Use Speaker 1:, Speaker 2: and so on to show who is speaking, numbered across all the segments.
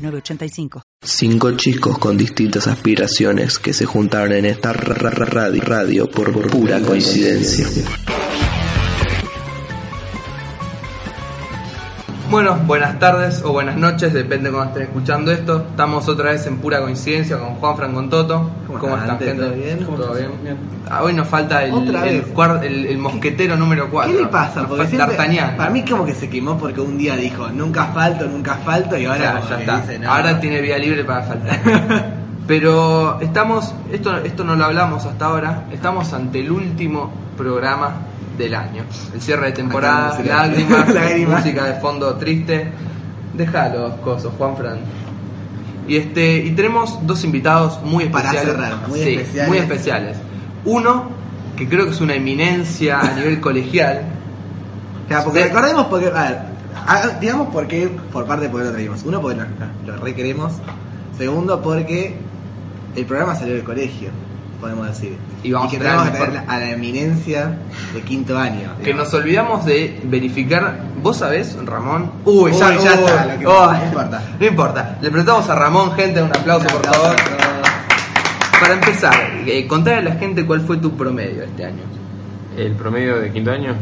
Speaker 1: 985.
Speaker 2: Cinco chicos con distintas aspiraciones que se juntaron en esta ra- ra- radio, radio por pura coincidencia.
Speaker 3: Bueno, buenas tardes o buenas noches, depende de cuando estén escuchando esto. Estamos otra vez en pura coincidencia con Juan Fran con Toto. ¿Cómo, están,
Speaker 4: antes,
Speaker 3: gente?
Speaker 4: ¿todo bien?
Speaker 3: ¿Todo
Speaker 4: ¿Cómo
Speaker 3: bien?
Speaker 4: estás? Bien.
Speaker 3: Ah, hoy nos falta el,
Speaker 4: Otra
Speaker 3: el
Speaker 4: vez.
Speaker 3: cuar- el- el mosquetero número 4.
Speaker 4: ¿Qué le pasa?
Speaker 3: Nos
Speaker 4: Porque
Speaker 3: falta
Speaker 4: siempre-
Speaker 3: D'Artagnan.
Speaker 4: para mí como que se quemó porque un día dijo, nunca falto, nunca falto, y ahora
Speaker 3: Ya,
Speaker 4: como
Speaker 3: ya
Speaker 4: que
Speaker 3: está.
Speaker 4: dice, no.
Speaker 3: Ahora tiene vía libre para faltar. Pero estamos, esto, esto no lo hablamos hasta ahora, estamos ante el último programa del año. El cierre de temporada,
Speaker 4: Acá la música.
Speaker 3: lágrimas,
Speaker 4: Lágrimas.
Speaker 3: música de fondo triste. Deja los cosos, Juan Fran. Y, este, y tenemos dos invitados muy
Speaker 4: Para
Speaker 3: especiales.
Speaker 4: cerrar, muy
Speaker 3: Sí,
Speaker 4: especiales.
Speaker 3: muy especiales. Uno, que creo que es una eminencia a nivel colegial.
Speaker 4: O sea, porque
Speaker 3: de-
Speaker 4: recordemos porque, a ver, ah, digamos por qué, por parte por qué lo traímos. Uno, porque lo, lo requeremos. Segundo, porque el programa salió del colegio, podemos decir.
Speaker 3: Y vamos
Speaker 4: que
Speaker 3: a traer
Speaker 4: tenemos que
Speaker 3: mejor.
Speaker 4: traer a la eminencia de quinto año.
Speaker 3: Que
Speaker 4: digamos.
Speaker 3: nos olvidamos de verificar. ¿Vos sabés, Ramón? Uy,
Speaker 4: Uy, ya está, lo que-
Speaker 3: Oh.
Speaker 4: no importa.
Speaker 3: No importa. Le presentamos a Ramón, gente, un aplauso,
Speaker 4: Un
Speaker 3: por
Speaker 4: aplauso.
Speaker 3: favor. Para empezar, eh, contar a la gente cuál fue tu promedio este año.
Speaker 5: El promedio de quinto año,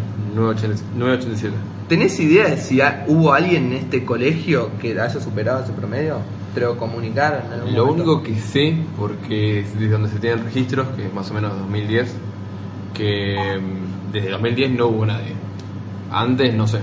Speaker 5: 9.87.
Speaker 3: ¿Tenés idea de si ha- hubo alguien en este colegio que haya superado ese promedio? ¿Te lo comunicaron? en algún
Speaker 5: Lo
Speaker 3: momento?
Speaker 5: único que sé, porque es desde donde se tienen registros, que es más o menos 2010, que mm, desde 2010 no hubo nadie. Antes no sé.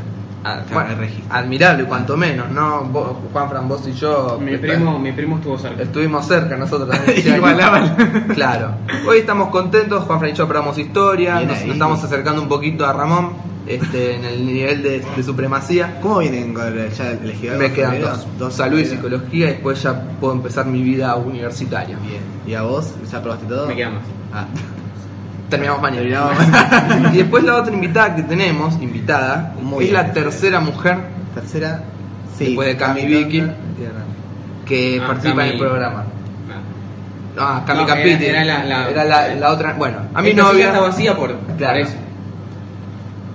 Speaker 3: Ah,
Speaker 4: Claro,
Speaker 3: bueno,
Speaker 4: el registro.
Speaker 3: admirable, cuanto menos, ¿no? Vos, Juanfran, vos y yo.
Speaker 6: Mi
Speaker 3: que-
Speaker 6: primo, mi primo estuvo cerca.
Speaker 3: Estuvimos cerca nosotros también. ese año.
Speaker 6: ah,
Speaker 4: Igualaban.
Speaker 3: claro. Hoy estamos contentos, Juan Fran y yo probamos historia,
Speaker 4: Bien
Speaker 3: nos,
Speaker 4: ahí.
Speaker 3: nos estamos acercando un poquito a Ramón este, en el nivel de, de supremacía.
Speaker 4: ¿Cómo vienen con el- ya elegido?
Speaker 3: Me quedan dos, salud y
Speaker 4: primero.
Speaker 3: psicología, y después ya puedo empezar mi vida universitaria.
Speaker 4: Bien. ¿Y a vos? ¿Ya probaste todo?
Speaker 6: Me queda más.
Speaker 4: Ah.
Speaker 3: Terminamos mañana. y después la otra invitada que tenemos, invitada,
Speaker 4: Muy
Speaker 3: es
Speaker 4: bien.
Speaker 3: la tercera mujer
Speaker 4: Tercera. Sí.
Speaker 3: Después de Cami
Speaker 4: Cami
Speaker 3: Vicky.
Speaker 4: Tonda, tierra.
Speaker 3: que
Speaker 6: Ah,
Speaker 3: participa en el
Speaker 6: Cami.
Speaker 3: programa. Ah, Cami
Speaker 6: No, era-
Speaker 3: Campiti.
Speaker 6: era la- la-
Speaker 3: Era la- la otra. Bueno, a mi
Speaker 6: Esta silla
Speaker 3: novia.
Speaker 6: está vacía por, por
Speaker 3: Claro.
Speaker 6: eso.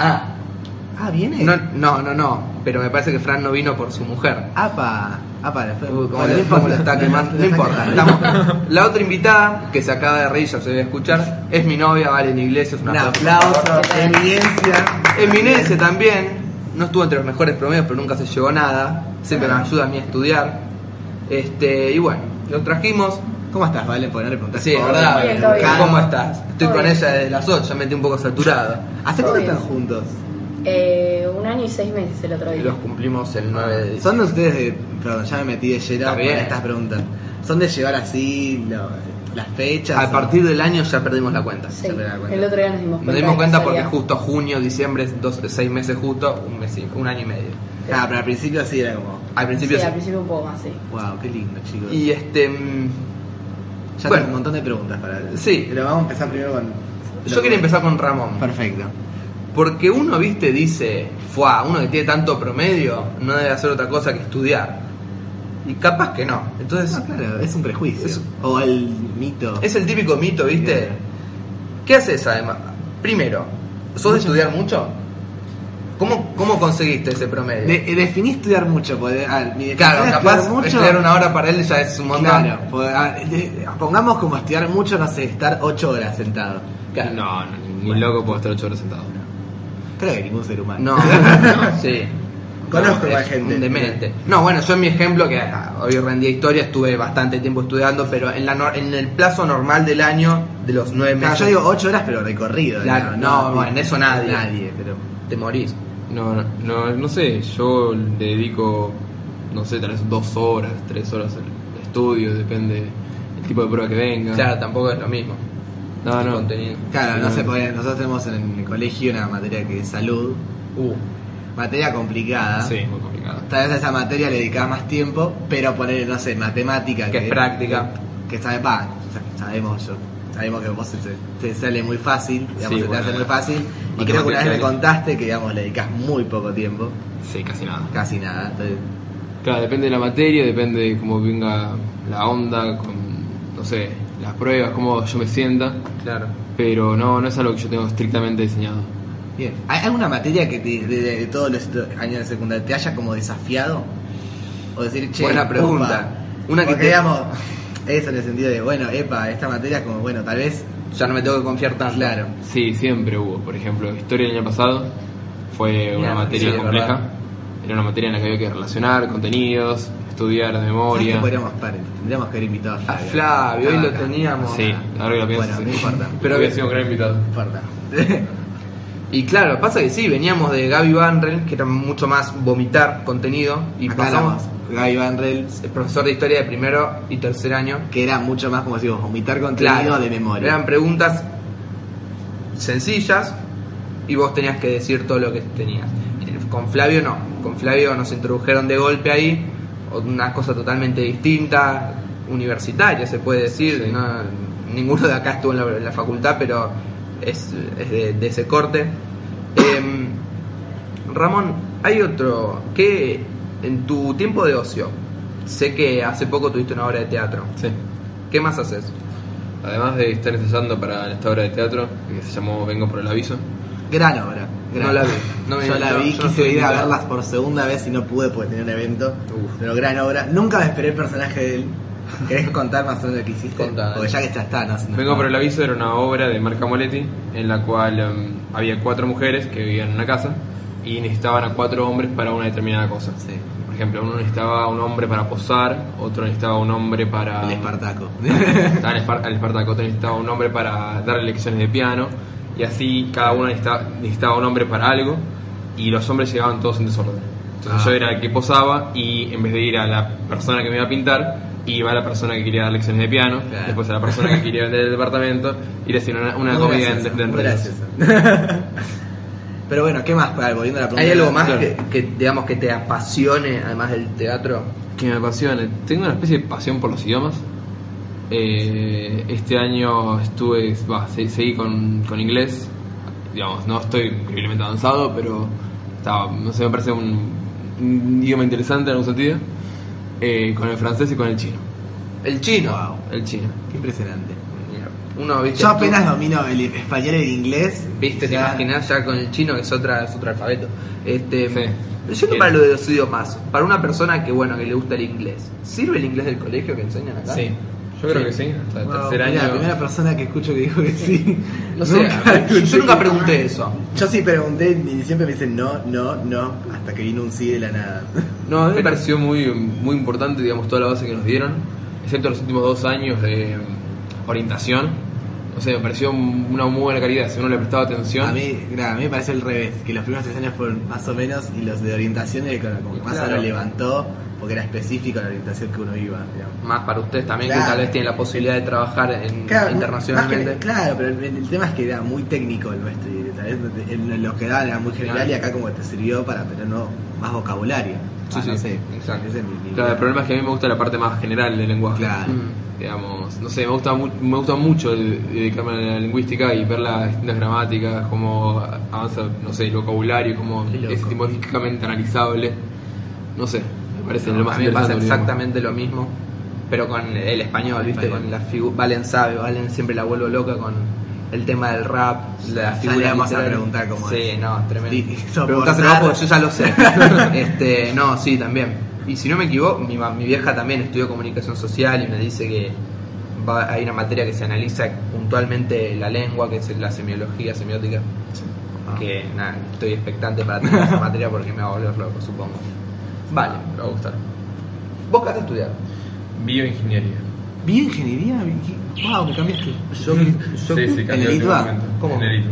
Speaker 3: Ah,
Speaker 4: Ah, viene.
Speaker 3: No, no, no, no, pero me parece que Fran no vino por su mujer.
Speaker 4: Apa. Apa, le fue-
Speaker 3: Uy, Como
Speaker 4: Bueno,
Speaker 3: le,
Speaker 4: no
Speaker 3: como
Speaker 4: importa.
Speaker 3: le está quemando, no
Speaker 4: Le está
Speaker 3: importa.
Speaker 4: quemando.
Speaker 3: estamos- La otra invitada, que se acaba de reír, ya se debe escuchar, es mi novia, Valen Iglesias. un
Speaker 4: Un
Speaker 3: aplauso.
Speaker 4: aplauso. Evidencia.
Speaker 3: Eminencia también, no estuvo entre los mejores promedios, pero nunca se llevó nada. Siempre me ayuda a mí a estudiar. Este, y bueno, los trajimos.
Speaker 4: ¿Cómo estás, Vale? Poder preguntar.
Speaker 3: Sí, es verdad.
Speaker 7: Bien, todo bien.
Speaker 3: ¿Cómo estás? Estoy
Speaker 7: Todo
Speaker 3: con
Speaker 7: bien.
Speaker 3: ella desde las 8, ya me metí un poco saturado.
Speaker 4: ¿Hace cuánto
Speaker 7: Todo bien.
Speaker 4: están juntos?
Speaker 7: Eh, un año y seis meses el otro
Speaker 3: Y
Speaker 7: día.
Speaker 3: los cumplimos el 9 de diciembre.
Speaker 4: ¿Son de ustedes de.? Perdón, ya me metí de lleno
Speaker 3: Está bien.
Speaker 4: con estas preguntas. ¿Son de llevar así lo- las fechas?
Speaker 3: A partir del año ya perdimos la cuenta.
Speaker 7: Sí,
Speaker 4: se me da cuenta.
Speaker 7: el otro día nos dimos cuenta.
Speaker 3: Nos dimos
Speaker 7: de
Speaker 3: cuenta
Speaker 7: que
Speaker 3: porque
Speaker 7: salía.
Speaker 3: justo junio, diciembre, dos, seis meses justo, un mes y- un año y medio.
Speaker 4: Ah, pero al principio así era como.
Speaker 3: Al
Speaker 7: Sí,
Speaker 3: principio sí.
Speaker 7: al principio un poco más, sí.
Speaker 4: Wow, qué lindo, chicos.
Speaker 3: Y este mm,
Speaker 4: ya
Speaker 3: bueno.
Speaker 4: tengo un montón de preguntas para.
Speaker 3: Sí.
Speaker 4: Pero vamos a empezar primero con.
Speaker 3: yo quería empezar con Ramón.
Speaker 4: Perfecto.
Speaker 3: Porque uno, viste, dice, fuá, uno que tiene tanto promedio no debe hacer otra cosa que estudiar. Y capaz que no. Entonces,
Speaker 4: No, Ah, claro, es un prejuicio.
Speaker 3: Es-
Speaker 4: O el mito.
Speaker 3: es el típico mito, viste.
Speaker 4: Bien.
Speaker 3: ¿Qué haces además? Primero, ¿sos de estudiar mucho? ¿Cómo, ¿Cómo conseguiste ese promedio?
Speaker 4: De- eh, definí estudiar mucho. Porque, ah, mi definición
Speaker 3: claro,
Speaker 4: de
Speaker 3: capaz
Speaker 4: estudiar mucho.
Speaker 3: estudiar una hora para él ya es un montón.
Speaker 4: Claro, porque, ah, de- pongamos como estudiar mucho, no sé, estar 8 horas sentado.
Speaker 3: Claro.
Speaker 5: Ah, No, no, ni loco puedo estar 8 horas sentado.
Speaker 4: Creo que ningún ser
Speaker 3: No,
Speaker 4: humano.
Speaker 3: no, sí.
Speaker 4: Conozco
Speaker 3: No,
Speaker 4: a
Speaker 3: es
Speaker 4: gente.
Speaker 3: un demente. No, bueno, yo en mi ejemplo, que ah, hoy rendía historia, estuve bastante tiempo estudiando, pero en, la nor- en el plazo normal del año, de los nueve
Speaker 4: Claro,
Speaker 3: meses,
Speaker 4: yo digo 8 horas, pero recorrido.
Speaker 3: Claro, no, bueno, eso nadie.
Speaker 4: Nadie, pero.
Speaker 3: te morís.
Speaker 5: No, no, no, no sé, yo le dedico, no sé, tal vez dos horas, tres horas al estudio, depende el tipo de prueba que venga.
Speaker 3: Claro, tampoco es lo mismo.
Speaker 5: no, no.
Speaker 3: Contenido.
Speaker 4: Claro, no
Speaker 5: Sí,
Speaker 4: se
Speaker 5: no.
Speaker 4: puede. Nosotros tenemos en el colegio una materia que es salud,
Speaker 3: Uh,
Speaker 4: materia complicada.
Speaker 5: Sí, muy complicado. Claro.
Speaker 4: Tal vez a esa materia le dedicaba más tiempo, pero poner, no sé, matemática.
Speaker 3: Que es práctica.
Speaker 4: Que, sabe, pa, sa- sabemos yo. Sabemos que vos se- se- te sale muy fácil, digamos,
Speaker 5: Sí,
Speaker 4: se te
Speaker 5: bueno,
Speaker 4: hace muy fácil. Y creo que una vez me contaste que, digamos, le dedicas muy poco tiempo,
Speaker 5: Sí, casi nada.
Speaker 4: casi nada. Entonces,
Speaker 5: Claro, depende de la materia, depende de cómo venga la onda, con, no sé, las pruebas, cómo yo me sienta,
Speaker 3: Claro.
Speaker 5: pero no, no es algo que yo tengo estrictamente diseñado.
Speaker 4: bien. ¿Hay alguna materia que te- de, de- de todos los estu- años de secundaria te haya como desafiado? O decir, che,
Speaker 3: Buena
Speaker 4: upa.
Speaker 3: pregunta. Una que
Speaker 4: Porque,
Speaker 3: te-
Speaker 4: digamos, eso en el sentido de, bueno, epa, esta materia es como, bueno, tal vez,
Speaker 3: Ya no me tengo que confiar tanto.
Speaker 4: claro.
Speaker 5: Sí, siempre hubo, por ejemplo, historia del año pasado fue una
Speaker 3: Mirá,
Speaker 5: materia
Speaker 3: sí,
Speaker 5: compleja,
Speaker 3: verdad.
Speaker 5: era una materia en la que había que relacionar contenidos, estudiar de
Speaker 4: ¿Sabes qué
Speaker 5: memoria.
Speaker 4: podríamos par- Tendríamos que haber invitado a
Speaker 3: A
Speaker 4: Flavio.
Speaker 3: Flavio, hoy
Speaker 4: Ah,
Speaker 3: lo
Speaker 4: acá.
Speaker 3: teníamos.
Speaker 5: Sí, ahora que lo pienso,
Speaker 4: Bueno,
Speaker 5: sí.
Speaker 4: no importa.
Speaker 5: Pero
Speaker 3: Pero
Speaker 5: había
Speaker 3: que-
Speaker 5: sido un gran invitado.
Speaker 4: No importa.
Speaker 3: Y claro, pasa que sí, veníamos de Gaby Vanrel, que era mucho más vomitar contenido, y
Speaker 4: y Acá
Speaker 3: pasamos
Speaker 4: pasamos Gaby Van Rel,
Speaker 3: el profesor de historia de primero y tercer año.
Speaker 4: que era mucho más como si vos vomitar contenido de memoria.
Speaker 3: Eran preguntas sencillas y vos tenías que decir todo lo que tenías. Eh, Con Flavio no, con Flavio nos introdujeron de golpe ahí, una cosa totalmente distinta, universitaria se puede decir,
Speaker 5: Sí.
Speaker 3: no- ninguno de acá estuvo en la, en la facultad, pero es, es de, de ese corte. Em, Ramón, hay otro, que en tu tiempo de ocio, sé que hace poco tuviste una obra de teatro,
Speaker 5: Sí.
Speaker 3: ¿qué más haces?
Speaker 5: Además de estar ensayando para esta obra de teatro, que se llamó Vengo por el aviso,
Speaker 4: Gran obra. gran.
Speaker 3: No la vi, no me
Speaker 4: yo la
Speaker 3: invitó,
Speaker 4: vi,
Speaker 3: yo no
Speaker 4: quise
Speaker 3: fui
Speaker 4: ir a
Speaker 3: invitado.
Speaker 4: verlas por segunda vez y no pude porque tenía un evento.
Speaker 3: Uf.
Speaker 4: Pero gran obra. Nunca me esperé el personaje de él. ¿Querés contar más o menos lo que hiciste?
Speaker 3: Contá, dale.
Speaker 4: Porque ya que ya está, no sé.
Speaker 5: Vengo por el aviso era una obra de Marca Moletti en la cual em, había cuatro mujeres que vivían en una casa y necesitaban a cuatro hombres para una determinada cosa.
Speaker 4: Sí.
Speaker 5: Por ejemplo, uno necesitaba un hombre para posar, otro necesitaba un hombre para...
Speaker 4: El Espartaco.
Speaker 5: Estaba en Espar- el Espartaco, otro necesitaba un hombre para darle lecciones de piano y así cada uno necesita- necesitaba un hombre para algo y los hombres llegaban todos en desorden. Entonces
Speaker 4: Ah.
Speaker 5: yo era el que posaba y en vez de ir a la persona que me iba a pintar, iba a la persona que quería dar lecciones de piano,
Speaker 4: Claro.
Speaker 5: después a la persona que quería vender el departamento y le hacían una, una
Speaker 4: Muy
Speaker 5: comida
Speaker 4: gracioso,
Speaker 5: de, de
Speaker 4: muy
Speaker 5: enredos.
Speaker 4: gracioso. Pero bueno, ¿qué más? Para- Volviendo a la pregunta.
Speaker 3: ¿Hay algo más
Speaker 5: Claro.
Speaker 3: que, que, digamos que te apasione además del teatro?
Speaker 5: que me apasiona. Tengo una especie de pasión por los idiomas. Eh, este año estuve, va, se- seguí con, con inglés. Digamos, no estoy increíblemente avanzado, pero estaba, no sé, me parece un, un idioma interesante en algún sentido. Eh, con el francés y con el chino.
Speaker 3: El chino.
Speaker 5: El chino.
Speaker 4: Qué impresionante.
Speaker 3: Mira, Uno, viste,
Speaker 4: Yo
Speaker 3: tú-
Speaker 4: apenas domino el español y el inglés.
Speaker 3: Viste, te
Speaker 4: Ya-
Speaker 3: imaginás ya con el chino, que es, otra, es otro alfabeto. Este,
Speaker 5: Sí.
Speaker 3: Yendo
Speaker 5: Bien.
Speaker 3: para lo de los idiomas, para una persona que bueno que le gusta el inglés, ¿sirve el inglés del colegio que enseñan acá?
Speaker 5: Yo creo que sí. Hasta el
Speaker 4: Wow,
Speaker 5: tercer
Speaker 4: mira, La
Speaker 5: año.
Speaker 4: primera persona que escucho que dijo que sí.
Speaker 3: No sé, yo, yo nunca pregunté eso.
Speaker 4: Yo sí pregunté y siempre me dicen no, no, no, hasta que vino un sí de la nada.
Speaker 5: No, a mí me pareció muy, muy importante, digamos, toda la base que nos dieron, excepto los últimos dos años de mm, orientación. O sea, me pareció un- una muy buena calidad, si uno le prestaba atención.
Speaker 4: A mí, claro, a mí me pareció el revés, que los primeros tres años fueron más o menos y los de orientación era como que más o
Speaker 3: Claro.
Speaker 4: menos levantó porque era específico la orientación que uno iba. digamos.
Speaker 3: Más para ustedes también, que
Speaker 4: Claro.
Speaker 3: tal vez tienen la posibilidad de trabajar en-
Speaker 4: Claro,
Speaker 3: internacionalmente.
Speaker 4: más que- claro, pero el, el tema es que era muy técnico el nuestro y tal vez no te- el- lo que daban era muy general
Speaker 5: Claro.
Speaker 4: y acá como que te sirvió para tener ¿no? más vocabulario.
Speaker 5: Sí,
Speaker 4: Ah,
Speaker 5: sí,
Speaker 4: no sé,
Speaker 3: exacto.
Speaker 4: ese es mi- mi-
Speaker 5: Claro, el problema es que a mí me gusta la parte más general del lenguaje.
Speaker 4: Claro.
Speaker 3: Mm.
Speaker 5: Digamos, no sé, me gusta, mu- me gusta mucho el- dedicarme a la lingüística y ver las distintas gramáticas, cómo avanza, no sé, el vocabulario, cómo
Speaker 3: Qué loco.
Speaker 5: es etimológicamente analizable. No sé, me parece lo más
Speaker 3: a mí me pasa
Speaker 5: interesante, digamos.
Speaker 3: exactamente lo mismo, pero con el español, ¿viste?
Speaker 5: Español.
Speaker 3: Con la figu- Valen sabe, Valen siempre la vuelvo loca con el tema del rap, la
Speaker 4: Ya
Speaker 3: figura
Speaker 4: le vamos a
Speaker 3: literaria.
Speaker 4: preguntar cómo
Speaker 3: Sí,
Speaker 4: es.
Speaker 3: Eh, no, tremendo.
Speaker 4: Sí, soportar.
Speaker 3: Preguntáselo vos porque yo ya lo sé. este, no, sí, también. Y si no me equivoco, mi, ma- mi vieja también estudió comunicación social y me dice que va- hay una materia que se analiza puntualmente la lengua, que es la semiología, semiótica. Ah. Que nada, estoy expectante para tener esa materia porque me va a volver loco, supongo. Vale,
Speaker 5: Me va a gustar.
Speaker 3: ¿Vos qué has estudiado?
Speaker 5: Bioingeniería.
Speaker 4: Bioingeniería, wow, me cambiaste.
Speaker 3: Yo,
Speaker 5: sí, sí,
Speaker 4: ¿en
Speaker 5: cambió
Speaker 4: el
Speaker 5: último
Speaker 4: ITBA?
Speaker 5: momento.
Speaker 3: ¿Cómo?
Speaker 5: En el ITBA.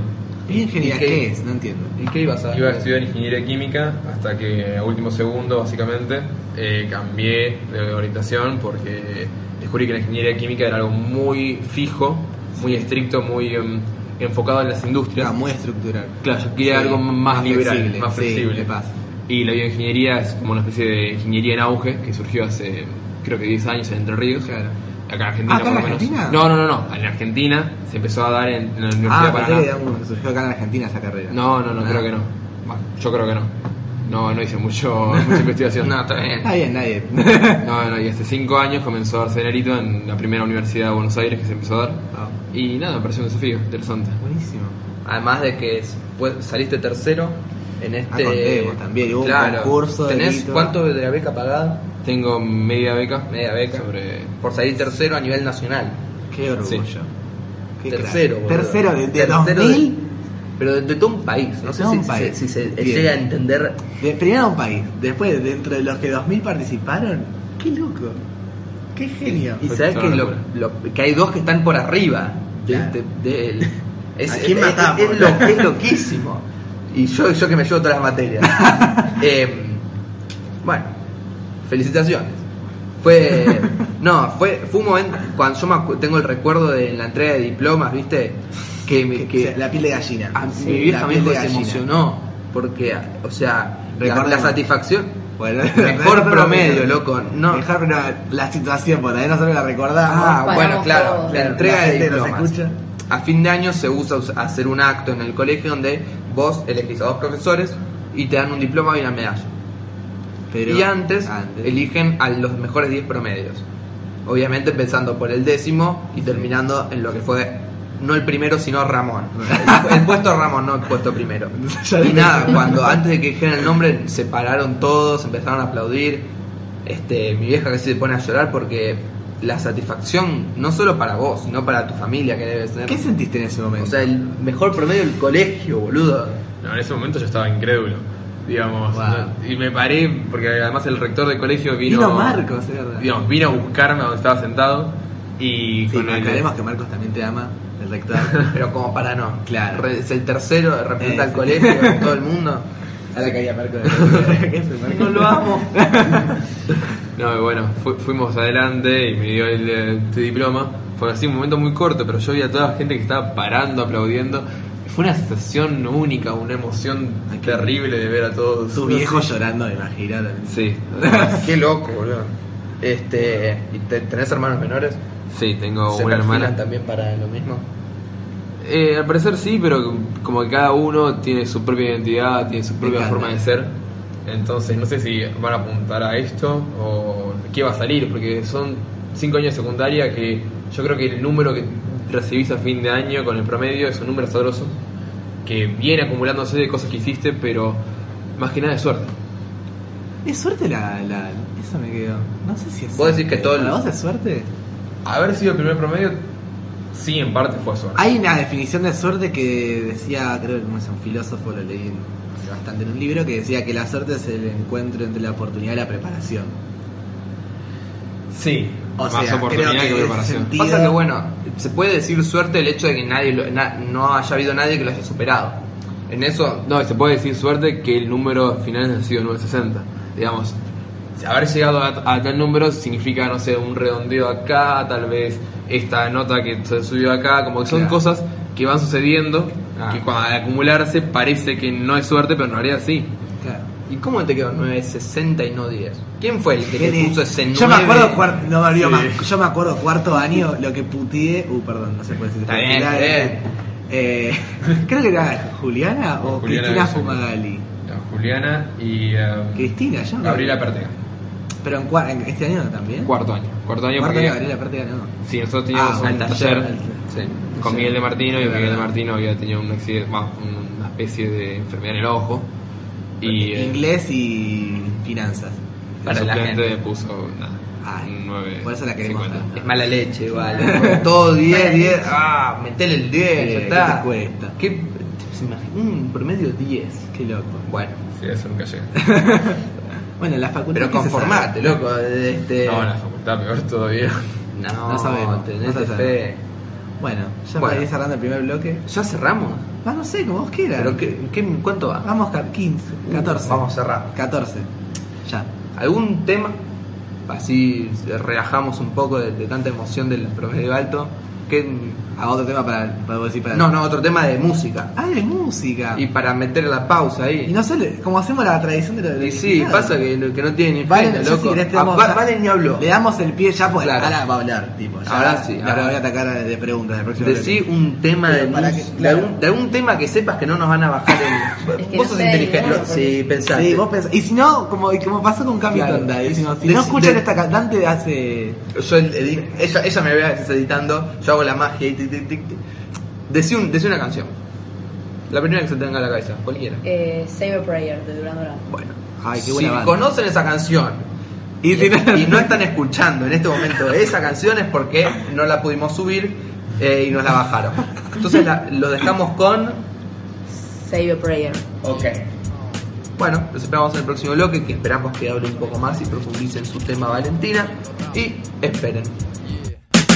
Speaker 4: Bioingeniería,
Speaker 3: ¿Y qué?
Speaker 4: ¿qué? es? No entiendo.
Speaker 3: ¿Y qué ibas a
Speaker 5: Iba a estudiar ingeniería química hasta que a último segundo, básicamente, eh, cambié de orientación porque descubrí que la ingeniería química era algo muy fijo, muy estricto, muy em, enfocado en las industrias.
Speaker 4: Era muy estructural.
Speaker 5: Claro, yo quería
Speaker 4: Sí,
Speaker 5: algo más, liberal, más
Speaker 4: sí,
Speaker 5: flexible.
Speaker 4: me pasa.
Speaker 5: Y la bioingeniería es como una especie de ingeniería en auge que surgió hace creo que 10 años en Entre Ríos.
Speaker 3: Claro.
Speaker 5: Acá en Argentina,
Speaker 4: Ah, ¿acá en
Speaker 5: por lo menos.
Speaker 4: Argentina?
Speaker 5: No, no, no, no. En Argentina se empezó a dar en, en la Universidad
Speaker 4: Ah,
Speaker 5: de
Speaker 4: pensé
Speaker 5: Paraná.
Speaker 4: que digamos, surgió acá en Argentina esa carrera.
Speaker 5: No, no, no, creo que no. Bueno, yo creo que no. No, no hice mucho, mucha investigación.
Speaker 3: No, está bien.
Speaker 4: Está bien, nadie.
Speaker 5: No, no, y hace cinco años comenzó a darse Nerito en la primera universidad de Buenos Aires que se empezó a dar.
Speaker 4: Ah.
Speaker 5: Y nada, me pareció un desafío interesante.
Speaker 4: Buenísimo.
Speaker 3: Además de que es- pues, saliste tercero en este.
Speaker 4: contemos Ah, también, hubo un concurso de
Speaker 3: ¿Tenés
Speaker 4: grito.
Speaker 3: cuánto de la beca pagada?
Speaker 5: Tengo media beca.
Speaker 3: Media beca.
Speaker 5: Sobre.
Speaker 3: Por salir tercero a nivel nacional.
Speaker 4: Qué orgullo.
Speaker 5: Sí.
Speaker 4: Qué
Speaker 3: tercero,
Speaker 4: crack.
Speaker 3: boludo.
Speaker 4: Tercero de, de
Speaker 3: Tercero
Speaker 4: 2000.
Speaker 3: de- pero de, de todo un país. No sé
Speaker 4: todo
Speaker 3: si,
Speaker 4: un
Speaker 3: si
Speaker 4: país.
Speaker 3: se, si se-
Speaker 4: Bien.
Speaker 3: llega a entender.
Speaker 4: De primero un país, después dentro de los que 2000 participaron, qué loco, qué genio.
Speaker 3: Y
Speaker 5: Fue
Speaker 3: sabes
Speaker 5: toda
Speaker 3: que,
Speaker 5: una
Speaker 3: lo- lo- que hay dos que están por arriba de-
Speaker 4: Claro.
Speaker 3: de- de él. Es,
Speaker 4: ¿A quién
Speaker 3: es- es-
Speaker 4: matamos?
Speaker 3: es lo- es loquísimo. Y yo, yo que me llevo todas las materias. Eh, bueno, felicitaciones. Fue. No, fue, fue un momento. Cuando yo me acu- tengo el recuerdo de la entrega de diplomas, ¿viste? Que, me-
Speaker 4: Que-
Speaker 3: que-
Speaker 4: o sea, la piel de gallina.
Speaker 3: a
Speaker 4: Sí,
Speaker 3: mi vieja
Speaker 4: la
Speaker 3: me
Speaker 4: piel
Speaker 3: dijo que
Speaker 4: de
Speaker 3: se
Speaker 4: gallina.
Speaker 3: emocionó. Porque, o sea, la,
Speaker 4: Recordemos.
Speaker 3: la satisfacción.
Speaker 4: Bueno,
Speaker 3: Mejor promedio, loco. No,
Speaker 4: Mejor pero la situación, por ahí nosotros la recordamos.
Speaker 3: Ah,
Speaker 7: Pagamos
Speaker 3: bueno, claro,
Speaker 7: todo.
Speaker 3: la
Speaker 4: Claro,
Speaker 3: entrega
Speaker 4: la
Speaker 3: de
Speaker 4: gente nos
Speaker 3: diplomas.
Speaker 4: escucha.
Speaker 3: A fin de año se usa us- hacer un acto en el colegio donde vos elegís a dos profesores y te dan un diploma y una medalla.
Speaker 4: Pero-
Speaker 3: y antes,
Speaker 4: antes.
Speaker 3: eligen a los mejores 10 promedios. Obviamente empezando por el décimo y terminando en lo que fue no el primero sino Ramón. El puesto Ramón, no el puesto primero.
Speaker 4: Ya
Speaker 3: Y
Speaker 4: lo
Speaker 3: nada,
Speaker 4: dije.
Speaker 3: cuando antes de que dijeran el nombre se pararon todos, empezaron a aplaudir. Este, mi vieja casi se pone a llorar porque la satisfacción no solo para vos, sino para tu familia que debes tener.
Speaker 4: ¿Qué sentiste en ese
Speaker 3: o
Speaker 4: momento?
Speaker 3: sea, el mejor promedio del colegio, boludo.
Speaker 5: No, en ese momento yo estaba incrédulo, digamos.
Speaker 4: Wow.
Speaker 5: ¿no? Y me paré, porque además el rector del colegio vino.
Speaker 4: Vino Marcos, es verdad.
Speaker 5: Digamos, vino a buscarme a donde estaba sentado. Y
Speaker 4: sí,
Speaker 5: con el-
Speaker 4: aclaremos que Marcos también te ama, el rector.
Speaker 3: Pero como para no.
Speaker 4: Claro.
Speaker 3: Re- es el tercero, representa
Speaker 4: Eh,
Speaker 3: al
Speaker 4: sí.
Speaker 3: colegio, a todo el mundo.
Speaker 4: Ahora caía Marcos. ¿Qué es el Marcos?
Speaker 3: No lo amo.
Speaker 5: No, y bueno, fu- fuimos adelante y me dio el, eh, este diploma. Fue así un momento muy corto, pero yo vi a toda la gente que estaba parando, aplaudiendo. Fue una sensación única, una emoción
Speaker 4: Ay, qué-
Speaker 5: terrible de ver a todos.
Speaker 4: Tu viejo llorando, me imagino. también.
Speaker 5: Sí,
Speaker 3: Qué loco, boludo. Este, ¿y te- ¿Tenés hermanos menores?
Speaker 5: sí, tengo
Speaker 3: ¿Se
Speaker 5: una hermana.
Speaker 3: perfilan también para lo mismo?
Speaker 5: Eh, al parecer sí, pero como que cada uno tiene su propia identidad, tiene su propia
Speaker 4: encanta.
Speaker 5: forma de ser. Entonces no sé si van a apuntar a esto o qué va a salir, porque son cinco años de secundaria que yo creo que el número que recibís a fin de año con el promedio es un número sabroso, que viene acumulándose de cosas que hiciste, pero más que nada de suerte.
Speaker 4: Es suerte la, la. Eso me quedó. No sé si es.
Speaker 3: ¿Vos decís que todo el-
Speaker 4: ¿Para vos es suerte?
Speaker 5: Haber sido el primer promedio, sí, en parte fue suerte.
Speaker 4: Hay una definición de suerte que decía, creo que no sé, un filósofo, lo leí hace bastante en un libro, que decía que la suerte es el encuentro entre la oportunidad y la preparación.
Speaker 5: Sí,
Speaker 4: O
Speaker 5: más
Speaker 4: sea,
Speaker 5: oportunidad
Speaker 4: creo que
Speaker 5: que,
Speaker 4: ese
Speaker 5: preparación.
Speaker 4: sentido-
Speaker 3: Pasa que bueno, se puede decir suerte el hecho de que nadie lo- na- no haya habido nadie que lo haya superado. En eso,
Speaker 5: No, y se puede decir suerte que el número final ha sido 960. Digamos, haber llegado a, a tal número significa, no sé, un redondeo acá, tal vez esta nota que se subió acá, como que son
Speaker 4: Claro.
Speaker 5: cosas que van sucediendo,
Speaker 3: Ah.
Speaker 5: que cuando al acumularse parece que no es suerte, pero en realidad sí.
Speaker 4: Claro.
Speaker 3: ¿y cómo te quedó 960 y no 10? ¿Quién fue el que te
Speaker 4: Viene-
Speaker 3: puso ese 9?
Speaker 4: yo me acuerdo cuarto, no me olvido más, yo me acuerdo cuarto año lo que puteé, uh perdón, no se puede decir.
Speaker 3: Está bien, está bien.
Speaker 4: Eh, creo que era Juliana o
Speaker 5: Juliana
Speaker 4: Cristina
Speaker 5: Bello.
Speaker 4: Fumagalli.
Speaker 5: Juliana y um,
Speaker 4: Cristina, yo no.
Speaker 5: Gabriela Pertega.
Speaker 4: Pero en, cua- en este año también.
Speaker 5: Cuarto año. Cuarto año
Speaker 4: Cuarto
Speaker 5: porque-
Speaker 4: año Gabriela Pertega no.
Speaker 5: Sí, nosotros teníamos
Speaker 4: Ah,
Speaker 5: un
Speaker 4: bueno,
Speaker 5: taller,
Speaker 4: taller,
Speaker 5: sí,
Speaker 4: taller.
Speaker 5: con Miguel de Martino y
Speaker 4: Claro.
Speaker 5: Miguel de Martino había tenido un accidente, más, una especie de enfermedad en el ojo y eh,
Speaker 4: Inglés y finanzas.
Speaker 5: el
Speaker 3: Para la
Speaker 5: suplente
Speaker 3: gente.
Speaker 5: puso nada,
Speaker 4: Ay,
Speaker 5: un 9.
Speaker 4: por eso la queremos tanto.
Speaker 3: Es mala leche, igual. Todo 10, 10. Ah, metele el 10,
Speaker 4: Eh,
Speaker 3: ya
Speaker 4: ¿qué
Speaker 3: está.
Speaker 4: te cuesta?
Speaker 3: ¿Qué? ¿Se imagina? Un promedio 10.
Speaker 4: Mm, Qué loco.
Speaker 3: Bueno,
Speaker 5: Sí, eso nunca llega.
Speaker 4: Bueno, en la facultad.
Speaker 3: pero
Speaker 4: ¿qué se
Speaker 3: conformate, loco. Este...
Speaker 5: No, en la facultad peor todavía.
Speaker 3: No,
Speaker 4: No sabemos,
Speaker 3: tenés
Speaker 4: no se sabe.
Speaker 3: fe.
Speaker 4: sabe? Bueno, ya
Speaker 3: Bueno.
Speaker 4: para ir cerrando el primer bloque.
Speaker 3: ¿Ya cerramos?
Speaker 4: Ah, no sé, como vos quieras.
Speaker 3: ¿Pero qué, qué, cuánto va?
Speaker 4: Vamos ca- 15, 14.
Speaker 3: Vamos a cerrar.
Speaker 4: 14. Ya.
Speaker 3: ¿Algún tema? Así relajamos un poco de, de tanta emoción del promedio alto. ¿Qué?
Speaker 4: A otro tema para, para decir para.
Speaker 3: No, no, otro tema de música.
Speaker 4: Ah, de música.
Speaker 3: Y
Speaker 4: Y,
Speaker 3: para meter la pausa ahí.
Speaker 4: no sé, como hacemos la tradición de lo de
Speaker 3: Y sí, pasa que, no- que no tiene ni
Speaker 4: Valen,
Speaker 3: freno,
Speaker 4: yo
Speaker 3: loco.
Speaker 4: si querés te
Speaker 3: Ah,
Speaker 4: damos-
Speaker 3: Va- Valen ni habló.
Speaker 4: Le damos el pie ya, pues
Speaker 3: Claro.
Speaker 4: ahora va a hablar, tipo. ya.
Speaker 3: Ahora sí,
Speaker 4: Ahora
Speaker 3: ahora.
Speaker 4: voy a atacar de preguntas del próximo
Speaker 3: Decí
Speaker 4: bloque.
Speaker 3: un tema de,
Speaker 4: Pero para
Speaker 3: mus-
Speaker 4: que-
Speaker 3: de
Speaker 4: claro.
Speaker 3: algún, de algún tema que sepas que no nos van a bajar el.
Speaker 7: Es que
Speaker 3: vos
Speaker 7: no
Speaker 3: sos
Speaker 7: sé,
Speaker 3: inteligente.
Speaker 7: ¿no?
Speaker 3: Sí, pensaste.
Speaker 4: Sí, vos pensás. Y si no, como, y como pasó con Cami
Speaker 3: Claro.
Speaker 4: Tonda, y si no, si
Speaker 3: Decí-
Speaker 4: no escuchan
Speaker 3: de-
Speaker 4: esta cantante hace.
Speaker 3: Yo el- edi- ella, ella me vea que estás editando, yo hago la magia y tic, tic, tic, tic. Decí, un- decí una canción. La primera que se tenga en la cabeza, cualquiera.
Speaker 7: Eh, Save a Prayer de Duran Duran.
Speaker 3: Bueno.
Speaker 4: Ay, qué buena
Speaker 3: si
Speaker 4: banda.
Speaker 3: conocen esa canción y,
Speaker 4: eh,
Speaker 3: y no están escuchando en este momento esa canción es porque no la pudimos subir eh, y nos la bajaron. Entonces la- lo dejamos con.
Speaker 7: Save a Prayer.
Speaker 6: Ok.
Speaker 3: Bueno, los esperamos en el próximo bloque que esperamos que hable un poco más y profundice en su tema Valentina. Y esperen.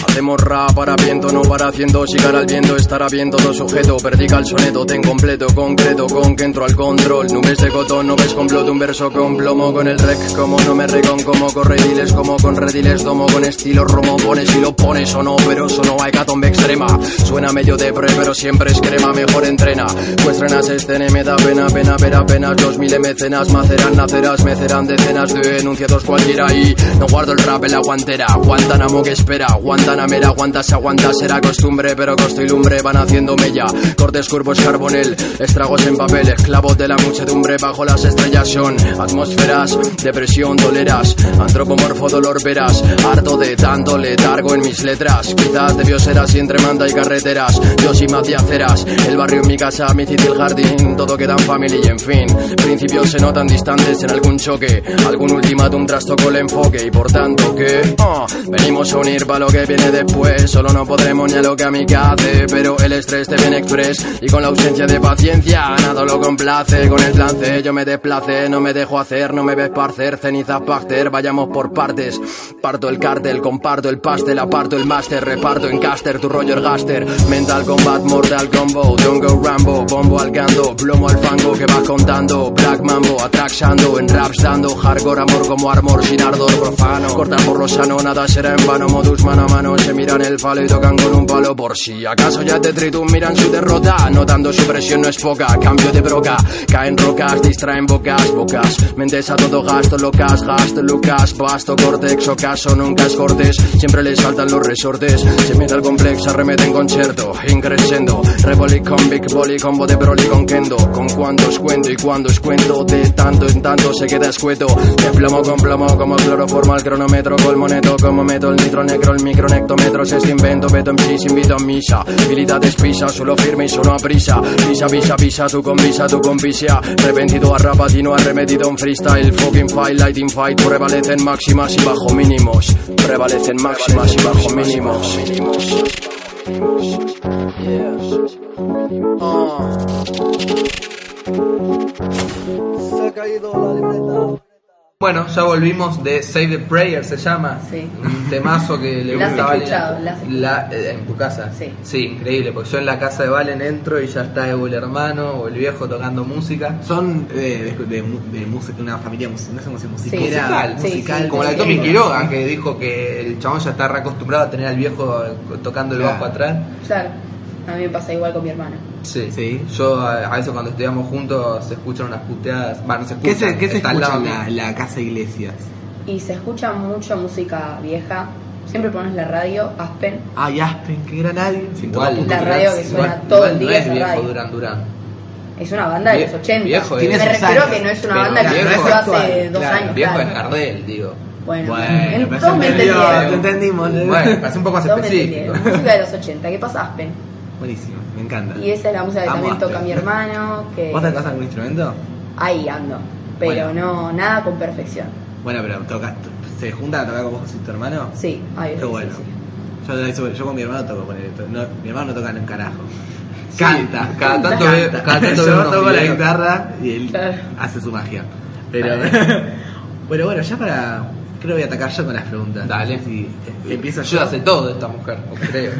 Speaker 8: Hacemos rap para viento, no para haciendo Llegar al viento, estar viento todo sujeto Perdí calzoneto, ten completo, concreto Con que entro al control, nubes de cotón No ves complot, un verso con plomo Con el rec, como no me recon, como con rediles Como con rediles, domo con estilo Romo pones y lo pones o no, pero sonó a hecatombe extrema Suena medio depre, pero siempre es crema Mejor entrena, pues trenas estene Me da pena, pena, ver apenas Dos mil mecenas, maceran, nacerás Mecerán decenas de enunciados cualquiera Y no guardo el rap en la guantera Guantánamo que espera, Guantanamera Aguanta, se aguanta, será costumbre Pero costo y lumbre van haciendo mella Cortes, curvos, carbonel, estragos en papel Esclavos de la muchedumbre bajo las estrellas son Atmósferas, depresión, toleras Antropomorfo, dolor, verás Harto de tanto letargo en mis letras Quizás debió ser así entre manda y carreteras Yo sí más de aceras El barrio en mi casa, mi city, el jardín Todo queda en family y en fin Principios se notan distantes en algún choque Algún ultimátum trastocó el enfoque Y por tanto que ah, Venimos a unir para lo que viene después Solo no podremos ni a lo que a mí que hace Pero el estrés te viene express Y con la ausencia de paciencia Nada lo complace Con el trance yo me desplace No me dejo hacer, no me ves parcer Cenizas parter, vayamos por partes Parto el cártel, comparto el pastel Aparto el máster, reparto en caster Tu rollo el gaster, mental combat Mortal combo, don't go Rambo Bombo al gando, plomo al fango Que vas contando, black mambo Atraxando, en raps dando Hardcore amor como armor sin ardor profano Cortar por lo sano, nada será en vano Modus mano a mano, se miran el falo Y tocan con un palo por si acaso ya te tritum Miran su derrota, notando su presión no es poca Cambio de broca, caen rocas Distraen bocas, bocas Mentes a todo gasto, locas, gasto, lucas Basto, cortex, ocaso, nunca es cortes Siempre les saltan los resortes Se mete al complex, arremete en concierto Increscendo, reboli con big boli Combo de broli con kendo Con cuantos cuento y cuantos cuento De tanto en tanto se queda escueto De plomo con plomo, como cloroformo al cronómetro Colmoneto, como meto el nitro necro El micro nectómetros, este invento Beto en sí, invito a misa Habilidades pisa, solo firme y solo a prisa Pisa, pisa, pisa, tú con visa, tú con visia Arrepentido a rapatino, arremetido en freestyle Fucking fight, lighting fight Prevalecen máximas y bajo mínimos Prevalecen máximas y bajo mínimos Ah.
Speaker 3: Bueno, ya volvimos de Save the Prayer, se llama.
Speaker 7: Sí.
Speaker 3: Un temazo que le
Speaker 7: La has
Speaker 3: gusta a Valen.
Speaker 7: escuchado, la has
Speaker 3: La- eh, en tu casa.
Speaker 7: Sí.
Speaker 3: increíble, porque yo en la casa de Valen entro y ya está o el hermano o el viejo tocando música.
Speaker 4: Son eh, de, de, mu- de música, una familia musical, no sé cómo se llama,
Speaker 7: Sí.
Speaker 4: musiquera,
Speaker 3: Musical,
Speaker 7: Sí,
Speaker 4: musical,
Speaker 7: sí,
Speaker 3: Como la de
Speaker 7: sí.
Speaker 3: Tommy Quiroga, que dijo que el chabón ya está reacostumbrado a tener al viejo tocando el
Speaker 4: Claro.
Speaker 3: bajo atrás.
Speaker 7: Claro, a mí me pasa igual con mi hermana.
Speaker 3: Sí.
Speaker 4: Sí.
Speaker 3: Yo a a veces cuando estudiamos juntos se escuchan unas puteadas. Bueno, no se
Speaker 4: ¿Qué
Speaker 3: escuchan.
Speaker 4: se, qué se
Speaker 3: está al
Speaker 4: escucha en
Speaker 3: lado
Speaker 4: la,
Speaker 3: mío.
Speaker 4: la casa Iglesias?
Speaker 7: Y se escucha mucha música vieja. Siempre pones la radio, Aspen.
Speaker 4: Ay, Aspen, que gran nadie.
Speaker 3: Igual,
Speaker 7: La
Speaker 3: Durán-
Speaker 7: radio que suena
Speaker 3: igual-
Speaker 7: todo
Speaker 3: igual
Speaker 7: el
Speaker 3: no
Speaker 7: día
Speaker 3: es
Speaker 7: esa
Speaker 3: viejo
Speaker 7: radio.
Speaker 3: Durán Durán.
Speaker 7: Es una banda de
Speaker 3: Vie-
Speaker 7: los 80.
Speaker 3: viejo,
Speaker 7: Me
Speaker 3: eh.
Speaker 4: Tiene sus
Speaker 7: refiero
Speaker 4: años.
Speaker 7: que no es una
Speaker 3: Pero
Speaker 7: banda que
Speaker 3: viejo
Speaker 7: empezó
Speaker 3: es
Speaker 7: hace
Speaker 4: actual,
Speaker 7: dos
Speaker 4: claro,
Speaker 7: años.
Speaker 3: Viejo
Speaker 7: claro.
Speaker 3: es Gardel, digo.
Speaker 7: Bueno,
Speaker 4: Bueno,
Speaker 7: en-
Speaker 4: pero
Speaker 7: todos me
Speaker 4: se entendió, te
Speaker 7: entendieron.
Speaker 4: entendimos. ¿eh? ¿no?
Speaker 3: Bueno, parece un poco más
Speaker 7: Todos me
Speaker 3: específico.
Speaker 7: entendieron. Música de los 80. ¿Qué pasa, Aspen?
Speaker 4: Buenísimo, me encanta.
Speaker 7: Y esa es la música que
Speaker 4: Amo
Speaker 7: también
Speaker 4: Aspen.
Speaker 7: toca mi hermano. Que
Speaker 4: ¿Vos tocás algún instrumento?
Speaker 7: ahí ando. Pero
Speaker 4: Bueno.
Speaker 7: no, nada con perfección.
Speaker 4: Bueno, pero tocas, ¿se juntan a tocar con vos y tu hermano?
Speaker 7: Sí, ahí
Speaker 4: Qué
Speaker 7: sí,
Speaker 4: bueno.
Speaker 7: sí.
Speaker 4: Yo, eso- yo con mi hermano toco con él. No, mi hermano no toca en un carajo.
Speaker 3: Sí,
Speaker 4: Canta.
Speaker 3: cada tanto
Speaker 4: canta.
Speaker 3: veo- cada tanto veo
Speaker 4: yo
Speaker 3: unos
Speaker 4: toco la
Speaker 3: videos.
Speaker 4: guitarra y él
Speaker 7: Claro.
Speaker 4: hace su magia. Pero bueno, bueno, ya para. Creo que voy a atacar yo con las preguntas.
Speaker 3: Dale.
Speaker 4: Sí, este, empiezo yo.
Speaker 3: Yo hace todo esta mujer, creo.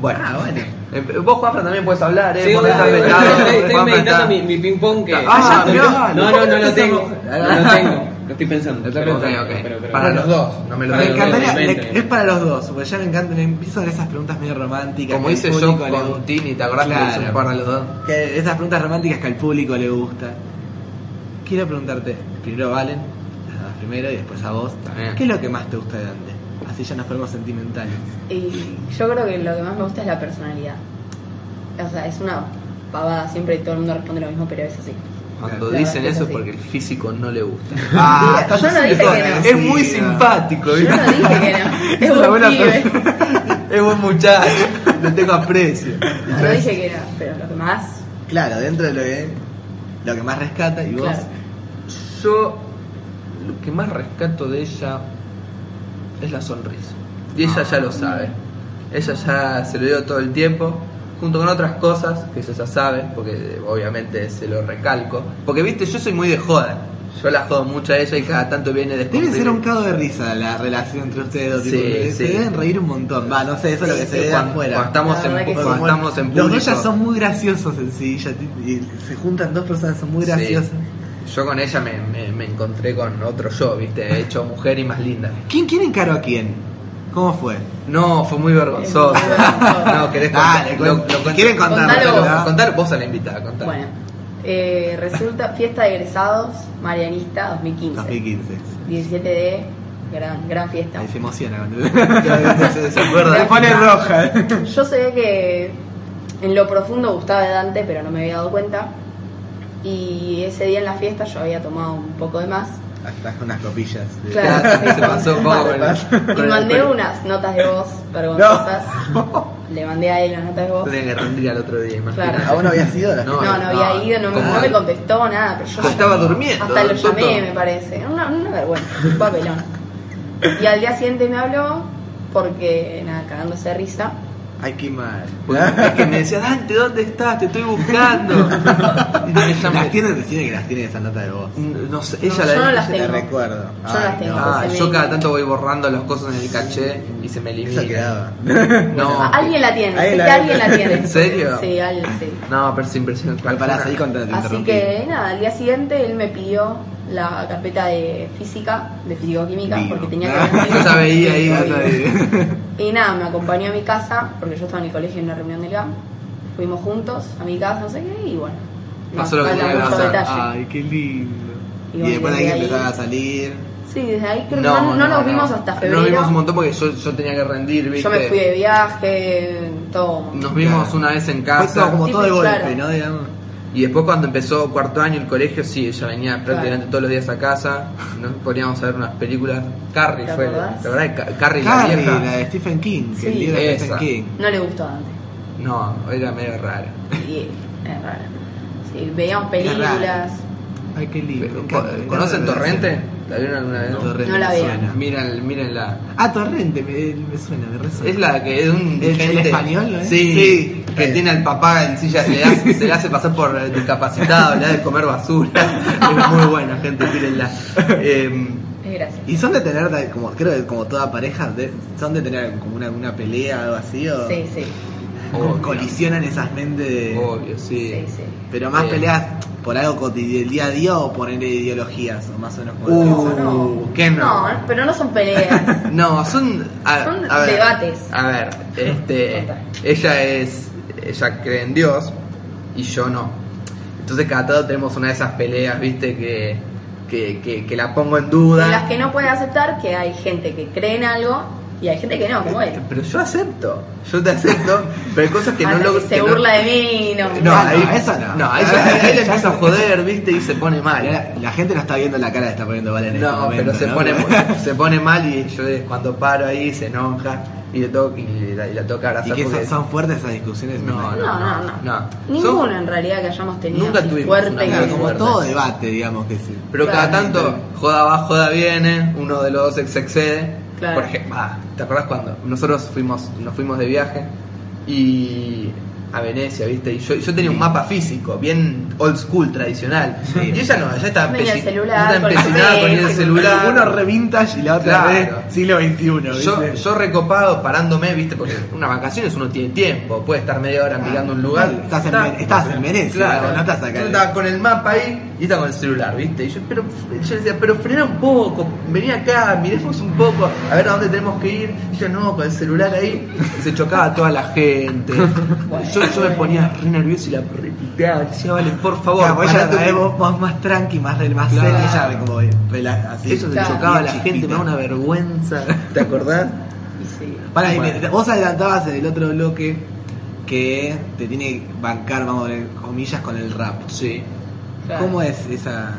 Speaker 4: Bueno, ah, bueno.
Speaker 3: Eh, Vos, Juanfran, también puedes hablar, ¿eh?
Speaker 6: Sí,
Speaker 3: Juanfran
Speaker 6: hola,
Speaker 3: está
Speaker 6: estoy-
Speaker 3: vetado,
Speaker 6: estoy
Speaker 3: Juanfran
Speaker 6: meditando
Speaker 3: está-
Speaker 6: mi, mi ping-pong que.
Speaker 3: Ah,
Speaker 4: ya,
Speaker 6: no,
Speaker 4: mirá,
Speaker 6: no, no, no lo tengo. No lo tengo. Lo estoy pensando.
Speaker 3: Está
Speaker 6: pero- pero-
Speaker 3: pensando, ok.
Speaker 6: pero- pero-
Speaker 4: Para los dos.
Speaker 3: No me lo
Speaker 4: me
Speaker 3: digas.
Speaker 4: encantaría-
Speaker 6: Obviamente.
Speaker 4: le- es para los dos, porque ya me encantan, empiezo con esas preguntas medio románticas.
Speaker 3: Como
Speaker 4: que
Speaker 3: hice
Speaker 4: al
Speaker 3: yo
Speaker 4: público le
Speaker 3: con
Speaker 4: gusta.
Speaker 3: Tini, ¿te acordás que
Speaker 4: Claro.
Speaker 3: hice un par a los dos?
Speaker 4: Que esas preguntas románticas que al público le gusta. Quiero preguntarte, primero Valen, las dos primero y después a vos.
Speaker 3: También.
Speaker 4: ¿Qué es lo que más te gusta de Dante? Así ya nos ponemos sentimentales.
Speaker 7: Y yo creo que lo que más me gusta es la personalidad. O sea, es una pavada, siempre todo el mundo responde lo mismo, pero es así.
Speaker 3: Cuando
Speaker 7: Claro,
Speaker 3: dicen
Speaker 7: es
Speaker 3: eso es
Speaker 7: así.
Speaker 3: porque el físico no le gusta.
Speaker 7: Ah, Yo no dije que no.
Speaker 3: Es muy simpático,
Speaker 7: Yo
Speaker 3: ¿viste?
Speaker 7: no dije que no. Es
Speaker 3: una
Speaker 7: buen
Speaker 3: buena
Speaker 7: pibe.
Speaker 3: persona. Es buen muchacho. Le tengo aprecio.
Speaker 7: Yo dije que era, pero lo que más.
Speaker 4: Claro, dentro de lo que, lo que más rescata y vos.
Speaker 7: Claro.
Speaker 3: Yo lo que más rescato de ella es la sonrisa. Y ella
Speaker 4: Ah.
Speaker 3: ya lo sabe. Ella ya se lo dio todo el tiempo, junto con otras cosas que ella ya sabe, porque eh, obviamente se lo recalco. Porque viste, yo soy muy de joda. Yo la jodo mucho a ella y cada tanto viene de
Speaker 4: Debe ser un cago de risa la relación entre ustedes dos.
Speaker 3: Sí,
Speaker 4: tipo, que
Speaker 3: sí.
Speaker 4: Se deben reír un montón. Va, no sé, eso es lo que
Speaker 3: Sí,
Speaker 4: se ve
Speaker 3: cuando-
Speaker 4: afuera.
Speaker 3: cuando estamos
Speaker 7: La verdad
Speaker 3: en-
Speaker 7: que
Speaker 4: Como
Speaker 7: sí.
Speaker 3: cuando estamos en
Speaker 4: Los
Speaker 3: público.
Speaker 4: dos ya son muy graciosos en sí. ya ti- y se juntan dos personas, son muy
Speaker 3: Sí.
Speaker 4: graciosas.
Speaker 3: Yo con ella me, me- me encontré con otro yo, viste, he hecho mujer y más linda.
Speaker 4: ¿Quién, ¿Quién encaró a quién? ¿Cómo fue?
Speaker 3: No, fue muy vergonzoso.
Speaker 7: Es muy vergonzoso.
Speaker 3: no, querés
Speaker 4: Dale,
Speaker 3: contar. Lo-
Speaker 4: cuen-
Speaker 3: lo cuento.
Speaker 4: ¿quieren contarlo?
Speaker 7: Contalo vos.
Speaker 3: Contar, vos a la invitada, contar.
Speaker 7: Bueno, eh, resulta fiesta de egresados marianista 2015.
Speaker 4: 2015.
Speaker 7: 17 de gran, gran fiesta.
Speaker 4: Ahí se emociona cuando
Speaker 3: se, se acuerda.
Speaker 4: Se pone roja.
Speaker 7: Ah, Yo sé que en lo profundo gustaba de Dante, pero no me había dado cuenta. Y ese día en la fiesta yo había tomado un poco de más.
Speaker 4: Hasta unas copillas. de-
Speaker 7: Claro.
Speaker 3: Se pasó un poco con el-
Speaker 7: Y
Speaker 3: con el
Speaker 7: mandé
Speaker 3: alcohol.
Speaker 7: unas notas de voz vergonzosas. Le mandé a él las notas de voz.
Speaker 3: Tenía que rendir al otro día, imagínate.
Speaker 7: Claro.
Speaker 4: Aún no había sido la
Speaker 3: Ah, No,
Speaker 7: No, no había ido, no me,
Speaker 3: ¿Cómo?
Speaker 7: no me contestó nada, pero yo
Speaker 3: Pues estaba durmiendo,
Speaker 7: Hasta lo
Speaker 3: tonto.
Speaker 7: llamé, me parece. Una, una vergüenza, un papelón. Y al día siguiente me habló porque, nada, cagándose de risa.
Speaker 4: Ay, qué mal.
Speaker 3: Porque es que me decía, Dante, ¿dónde estás? Te estoy buscando. Y me
Speaker 4: Las
Speaker 3: llama-
Speaker 4: tiene, tiene que las tiene esa nota de voz.
Speaker 3: No sé, ella
Speaker 7: No,
Speaker 3: la
Speaker 7: yo no las
Speaker 4: Yo
Speaker 7: tengo.
Speaker 4: la recuerdo.
Speaker 7: Yo
Speaker 4: Ay,
Speaker 7: las tengo.
Speaker 3: Ah,
Speaker 7: Se me-
Speaker 3: yo cada tanto voy borrando las cosas en el caché y se me elimina.
Speaker 4: Esa quedaba.
Speaker 3: No.
Speaker 7: Ah, Alguien la tiene,
Speaker 4: Ahí
Speaker 7: sé
Speaker 4: la-
Speaker 7: que alguien la tiene.
Speaker 3: ¿En serio?
Speaker 7: Sí, alguien, sí.
Speaker 3: No, pero es impresionante.
Speaker 4: Igual pará, seguí contando, te
Speaker 7: Así
Speaker 4: interrumpí.
Speaker 7: que nada, al día siguiente él me pidió la carpeta de física, de fisicoquímica,
Speaker 4: Vivo.
Speaker 7: porque tenía que
Speaker 3: No
Speaker 7: rendir.
Speaker 3: la veía ahí,
Speaker 4: no
Speaker 3: no
Speaker 4: la
Speaker 3: la
Speaker 4: veía.
Speaker 7: Y nada, me acompañó a mi casa, porque yo estaba en el colegio en una reunión del GAM. Fuimos juntos a mi casa, no sé qué, y bueno. no
Speaker 3: Pasó lo que
Speaker 7: falta
Speaker 3: tenía que
Speaker 7: mucho
Speaker 3: pasar.
Speaker 7: detalle.
Speaker 4: Ay, qué lindo.
Speaker 7: Y
Speaker 4: Y,
Speaker 7: bueno,
Speaker 4: después de ahí
Speaker 7: desde ahí-
Speaker 4: empezaba a salir.
Speaker 7: Sí, desde ahí creo que no, no nos vimos hasta febrero.
Speaker 3: Nos vimos un montón porque yo, yo tenía que rendir, ¿viste?
Speaker 7: yo me fui de viaje, todo.
Speaker 3: Nos vimos
Speaker 4: Claro.
Speaker 3: una vez en
Speaker 4: Fue todo
Speaker 3: casa.
Speaker 4: como
Speaker 7: Sí,
Speaker 4: todo de
Speaker 7: pues,
Speaker 4: golpe,
Speaker 7: claro.
Speaker 4: ¿no? Digamos.
Speaker 3: Y después cuando empezó cuarto año el colegio, sí, ella venía prácticamente
Speaker 7: Claro.
Speaker 3: todos los días a casa. Nos poníamos a ver unas películas. Carrie
Speaker 7: ¿Te
Speaker 3: fue,
Speaker 7: acordás?
Speaker 3: la verdad, Ca- Carrie la
Speaker 4: Carrie,
Speaker 3: vieja.
Speaker 4: la de Stephen King, que el
Speaker 7: Sí.
Speaker 4: libro de Stephen
Speaker 3: Esa.
Speaker 4: King.
Speaker 7: No le gustó a Dante.
Speaker 3: No, era medio rara.
Speaker 7: Y es raro. Sí, veíamos
Speaker 4: Es raro.
Speaker 7: películas.
Speaker 4: Ay, qué lindo. me encanta, me encanta
Speaker 3: ¿Conocen
Speaker 4: la
Speaker 3: Torrente? ¿La vieron alguna vez?
Speaker 4: relación. Torrente
Speaker 7: No la
Speaker 4: me
Speaker 7: veo.
Speaker 4: suena.
Speaker 3: Mírenla. mírenla.
Speaker 4: Ah, Torrente, me, me suena, me resuena.
Speaker 3: Es la que es un indigente.
Speaker 4: el español, ¿no es?
Speaker 3: Sí,
Speaker 4: Sí. Eh.
Speaker 3: que
Speaker 4: Sí.
Speaker 3: tiene al papá en silla, le hace- se le hace pasar por eh, discapacitado, le da de comer basura. Es muy buena, gente, tírenla. Eh,
Speaker 7: Es gracioso.
Speaker 4: Y son de tener, tal- como creo que como toda pareja, de- son de tener como una, una pelea o algo así, o
Speaker 7: Sí, sí.
Speaker 4: como
Speaker 3: Obvio.
Speaker 4: colisionan esas mentes de-
Speaker 3: obvio, sí.
Speaker 7: Sí, sí.
Speaker 4: Pero más
Speaker 3: Eh.
Speaker 4: peleas por algo cotidiano, del día a día o por ideologías, o más o menos. por-
Speaker 3: Uh.
Speaker 7: Eso no.
Speaker 3: ¿qué no?
Speaker 7: No, pero no son peleas.
Speaker 3: No, son, a-
Speaker 7: Son
Speaker 3: a ver,
Speaker 7: debates.
Speaker 3: A ver, este,
Speaker 7: Total.
Speaker 3: ella es, ella cree en Dios y yo no. Entonces cada tanto tenemos una de esas peleas, viste, que, que, que, que la pongo en duda.
Speaker 7: En las que no pueden aceptar que hay gente que cree en algo y hay gente que no, como él.
Speaker 3: Pero yo acepto, yo te acepto, pero hay cosas que no
Speaker 7: Hasta
Speaker 3: logro.
Speaker 7: Ah, se
Speaker 3: que no-
Speaker 7: burla de mí, no.
Speaker 3: No,
Speaker 4: Ah, no,
Speaker 3: ahí,
Speaker 4: eso no.
Speaker 3: No, ahí, ya- ahí le empieza a joder, viste, y se pone mal.
Speaker 4: La, la gente no está viendo la cara que está poniendo Valen en este
Speaker 3: No,
Speaker 4: momento,
Speaker 3: pero se
Speaker 4: ¿no?
Speaker 3: pone se, pone mal y yo de- cuando paro ahí se enoja y le toco y la, y la toca
Speaker 4: y
Speaker 3: abrazar
Speaker 4: que
Speaker 3: porque
Speaker 4: son, son fuertes esas discusiones. me
Speaker 3: no,
Speaker 4: imagino.
Speaker 7: No, no,
Speaker 3: no,
Speaker 7: no.
Speaker 3: no.
Speaker 7: Ninguno
Speaker 3: Son-
Speaker 7: en realidad que hayamos tenido
Speaker 3: Nunca
Speaker 7: así
Speaker 3: tuvimos una
Speaker 7: fuerte.
Speaker 4: Claro,
Speaker 7: que-
Speaker 4: como
Speaker 3: fuerte.
Speaker 4: todo debate, digamos que sí.
Speaker 3: Pero cada
Speaker 7: Claramente.
Speaker 3: tanto joda va, joda viene, uno de los dos se excede.
Speaker 7: Claro.
Speaker 3: Por ejemplo, ah, ¿te acordás cuando nosotros fuimos nos fuimos de viaje y a Venecia, ¿viste? Y yo, yo tenía un mapa físico, bien old school, tradicional. Y ella no, ella estaba
Speaker 7: Tenía el
Speaker 3: empeci-
Speaker 7: celular,
Speaker 3: estaba
Speaker 7: con el
Speaker 3: empecinada con
Speaker 7: papel,
Speaker 3: el
Speaker 7: con-
Speaker 3: celular.
Speaker 4: Uno re vintage y la otra
Speaker 3: Claro.
Speaker 4: re siglo XXI, ¿viste?
Speaker 3: Yo, yo recopado, parándome, viste, porque unas vacaciones uno tiene tiempo, puede estar media hora mirando un lugar.
Speaker 4: Estás en
Speaker 3: Está-
Speaker 4: Vene- estás en Venecia, no estás acá.
Speaker 3: Yo estaba con el mapa ahí y estaba con el celular, viste. Y yo, pero, yo decía, pero frena un poco, vení acá, miremos un poco, a ver a dónde tenemos que ir. Y yo, no, con el celular ahí, y se chocaba toda la gente. Yo, yo me ponía re nervioso y la repiteaba, decía, vale, por favor,
Speaker 4: Claro, porque ella
Speaker 3: parate
Speaker 4: la
Speaker 3: un-
Speaker 4: ve vos- vos más tranqui, más rel- más
Speaker 3: Claro.
Speaker 4: zen, ella como de rela- así.
Speaker 3: Eso se
Speaker 7: Claro.
Speaker 3: chocaba a
Speaker 4: bien
Speaker 3: la gente, me
Speaker 4: chiquita.
Speaker 3: da una vergüenza, ¿te acordás?
Speaker 7: Y sí.
Speaker 4: Pará, y
Speaker 3: Bueno.
Speaker 4: me- vos adelantabas en el otro bloque que te tiene que bancar, vamos a poner comillas, con el rap.
Speaker 3: Sí.
Speaker 7: Claro.
Speaker 4: ¿Cómo es esa...?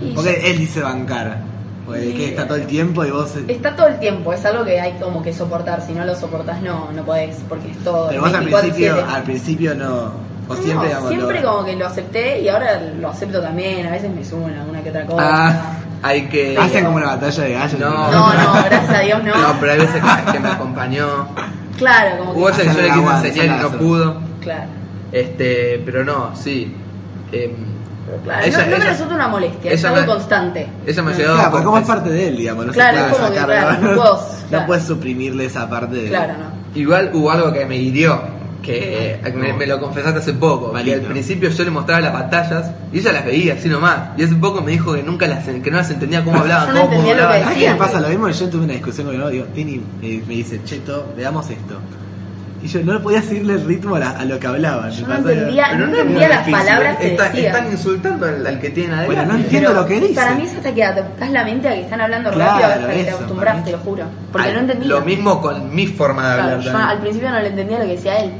Speaker 7: Y
Speaker 4: Porque él dice bancar. Porque
Speaker 7: Y-
Speaker 4: que está todo el tiempo y vos...
Speaker 7: Está todo el tiempo, es algo que hay como que soportar. Si no lo soportás, no, no podés, porque es todo.
Speaker 4: Pero vos al
Speaker 7: 24/7.
Speaker 4: principio, al principio no... O siempre,
Speaker 7: No,
Speaker 4: digamos,
Speaker 7: siempre
Speaker 4: lo-
Speaker 7: como que lo acepté y ahora lo acepto también. A veces me suben alguna que otra cosa.
Speaker 4: Ah.
Speaker 3: Hay que.
Speaker 4: Hacen como una batalla de gallos.
Speaker 3: No.
Speaker 7: No, no, gracias a Dios no.
Speaker 3: No, pero hay veces que, que me acompañó.
Speaker 7: Claro, como que.
Speaker 3: Hubo veces que yo le quise
Speaker 4: Aguante,
Speaker 3: enseñar y no
Speaker 4: sanazo.
Speaker 3: pudo.
Speaker 7: Claro.
Speaker 3: Este, pero no, sí. Em,
Speaker 7: Claro,
Speaker 3: ella-
Speaker 7: no, no me
Speaker 3: ella-
Speaker 7: resulta una molestia, es
Speaker 3: ella
Speaker 7: algo
Speaker 3: me-
Speaker 7: constante.
Speaker 3: Ella me ha llegado.
Speaker 4: Claro,
Speaker 3: a
Speaker 4: porque como es
Speaker 3: confesar-
Speaker 4: parte de él, digamos. No se
Speaker 7: Claro,
Speaker 4: puede
Speaker 7: es como que,
Speaker 4: sacar,
Speaker 7: claro,
Speaker 4: ¿no?
Speaker 7: no puedes,
Speaker 4: No
Speaker 7: claro.
Speaker 4: puedes suprimirle esa parte de...
Speaker 7: Claro, no.
Speaker 3: Igual hubo algo que me hirió. Que eh, me, me lo confesaste hace poco. que
Speaker 4: Malito.
Speaker 3: al principio yo le mostraba las batallas y ella las veía así nomás. Y hace poco me dijo que nunca las, que no las entendía cómo hablaban.
Speaker 7: Yo no
Speaker 3: cómo
Speaker 7: entendía lo que
Speaker 3: hablaban.
Speaker 4: ¿A
Speaker 7: Sí,
Speaker 4: quién le
Speaker 7: antes.
Speaker 4: pasa lo mismo? Yo tuve una discusión con mi novio, digo, Tini, eh, me dice, Cheto, veamos esto. Y yo no podía seguirle el ritmo a, la- a lo que hablaba.
Speaker 7: Yo
Speaker 4: me
Speaker 7: no
Speaker 4: pasó-
Speaker 7: entendía,
Speaker 3: Pero no
Speaker 7: no
Speaker 3: es muy
Speaker 7: entendía las
Speaker 3: difícil,
Speaker 7: palabras que
Speaker 3: está-
Speaker 7: decían.
Speaker 3: Están insultando al, al que tiene adelante.
Speaker 4: Bueno, no entiendo
Speaker 7: Pero
Speaker 4: lo que dice.
Speaker 7: Para mí es hasta que adaptás la mente a que están hablando
Speaker 4: Claro,
Speaker 7: rápido hasta que te
Speaker 4: eso, para mí.
Speaker 7: acostumbras, te lo juro. Porque
Speaker 3: Al-
Speaker 7: no entendía.
Speaker 3: Lo mismo con mi forma de
Speaker 7: Claro,
Speaker 3: hablar.
Speaker 7: yo
Speaker 3: también.
Speaker 7: al principio no le entendía lo que decía él.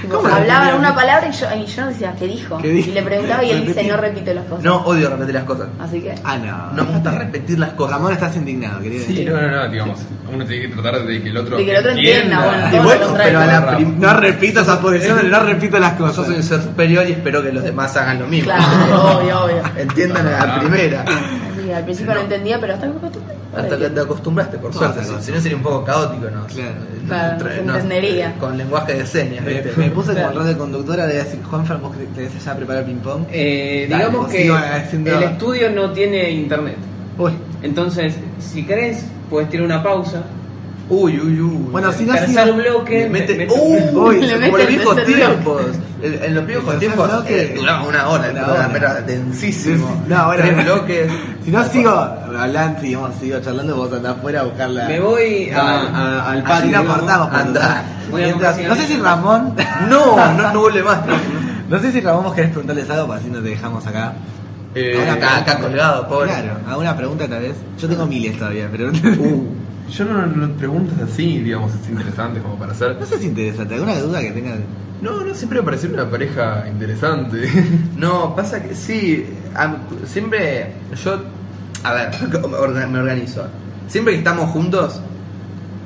Speaker 7: Tipo,
Speaker 4: ¿Cómo lo
Speaker 7: hablaba
Speaker 4: entendía?
Speaker 7: una palabra y yo, y yo decía, ¿qué dijo?
Speaker 4: ¿Qué dijo?
Speaker 7: Y le preguntaba y él dice,
Speaker 4: Repetí.
Speaker 7: no repito las cosas.
Speaker 3: No odio repetir las cosas.
Speaker 7: Así que.
Speaker 4: Ah, no.
Speaker 3: No me gusta repetir las cosas.
Speaker 4: Ramón, estás indignado, querido.
Speaker 5: Sí, no, no, no, digamos, uno tiene que tratar de que el otro,
Speaker 7: De que el otro entienda, bueno,
Speaker 4: Y
Speaker 7: todo
Speaker 4: bueno,
Speaker 7: lo contrario.
Speaker 4: pero a la
Speaker 5: Rap.
Speaker 4: prim- no repito esas posiciones, no repito las
Speaker 3: Yo soy un
Speaker 4: cosas.
Speaker 3: ser superior y espero que los demás hagan lo mismo.
Speaker 7: Claro, obvio, obvio.
Speaker 3: Entiendan a la
Speaker 5: Ah.
Speaker 3: primera.
Speaker 7: Sí, al principio no entendía, pero hasta que me acostumbré. ahora
Speaker 3: Hasta que te
Speaker 7: entiendo.
Speaker 3: acostumbraste, por
Speaker 4: No,
Speaker 3: suerte.
Speaker 4: hasta
Speaker 3: Si
Speaker 4: que-
Speaker 3: si no sería un poco caótico, ¿no?
Speaker 4: Claro.
Speaker 7: Claro,
Speaker 3: Tra-
Speaker 7: no entendería.
Speaker 3: Con lenguaje de señas,
Speaker 4: Me,
Speaker 3: ¿viste?
Speaker 4: me puse como el rol de conductora de decir, Juanfran, vos que tenés allá preparado el ping-pong.
Speaker 6: Eh,
Speaker 4: Dale,
Speaker 6: digamos
Speaker 4: vos
Speaker 6: que
Speaker 4: sigo agradeciendo.
Speaker 6: el estudio no tiene internet.
Speaker 4: Uy.
Speaker 6: Entonces, si querés, puedes tirar una pausa.
Speaker 3: Uy, uy, uy.
Speaker 4: Bueno, si no
Speaker 6: Tercer
Speaker 4: sigas-
Speaker 6: bloque.
Speaker 3: Le mete- ¡Uh!
Speaker 6: metes-
Speaker 3: ¡Uy!
Speaker 4: Uy,
Speaker 7: le
Speaker 3: Como
Speaker 7: mete
Speaker 3: los
Speaker 7: el
Speaker 3: viejos
Speaker 7: tercer bloque.
Speaker 3: tiempos. El- En los viejos
Speaker 4: El
Speaker 3: tiempos
Speaker 4: tercer bloque.
Speaker 3: eh, duraba una hora, el
Speaker 4: Una
Speaker 3: programa
Speaker 4: hora.
Speaker 3: era densísimo.
Speaker 4: No, bueno,
Speaker 3: Tres
Speaker 4: no.
Speaker 3: bloques.
Speaker 4: Si no sigo hablando, sigamos, sigo charlando, vos andás afuera a buscarla.
Speaker 6: Me voy a- a- al patio.
Speaker 4: Ah, Así lo
Speaker 6: digamos.
Speaker 4: cortamos, por
Speaker 3: Andá.
Speaker 4: favor.
Speaker 6: Voy a
Speaker 4: Mientras-
Speaker 6: comprar
Speaker 4: No sé si
Speaker 6: cigarrillos.
Speaker 4: Ramón.
Speaker 3: No, no, no vuelve más.
Speaker 4: No sé si Ramón vos querés preguntarles algo para así no te dejamos acá.
Speaker 3: Eh, acá, acá colgado, pobre.
Speaker 4: Claro, alguna pregunta tal vez. Yo tengo miles todavía, pero
Speaker 5: Uh, yo no, no preguntas así, digamos, es interesante como para hacer.
Speaker 4: no sé si interesante. ¿Alguna duda que tengas?
Speaker 5: No, no, siempre me pareció una pareja interesante.
Speaker 3: No, pasa que sí, am- siempre yo, a ver, orga- me organizo. Siempre que estamos juntos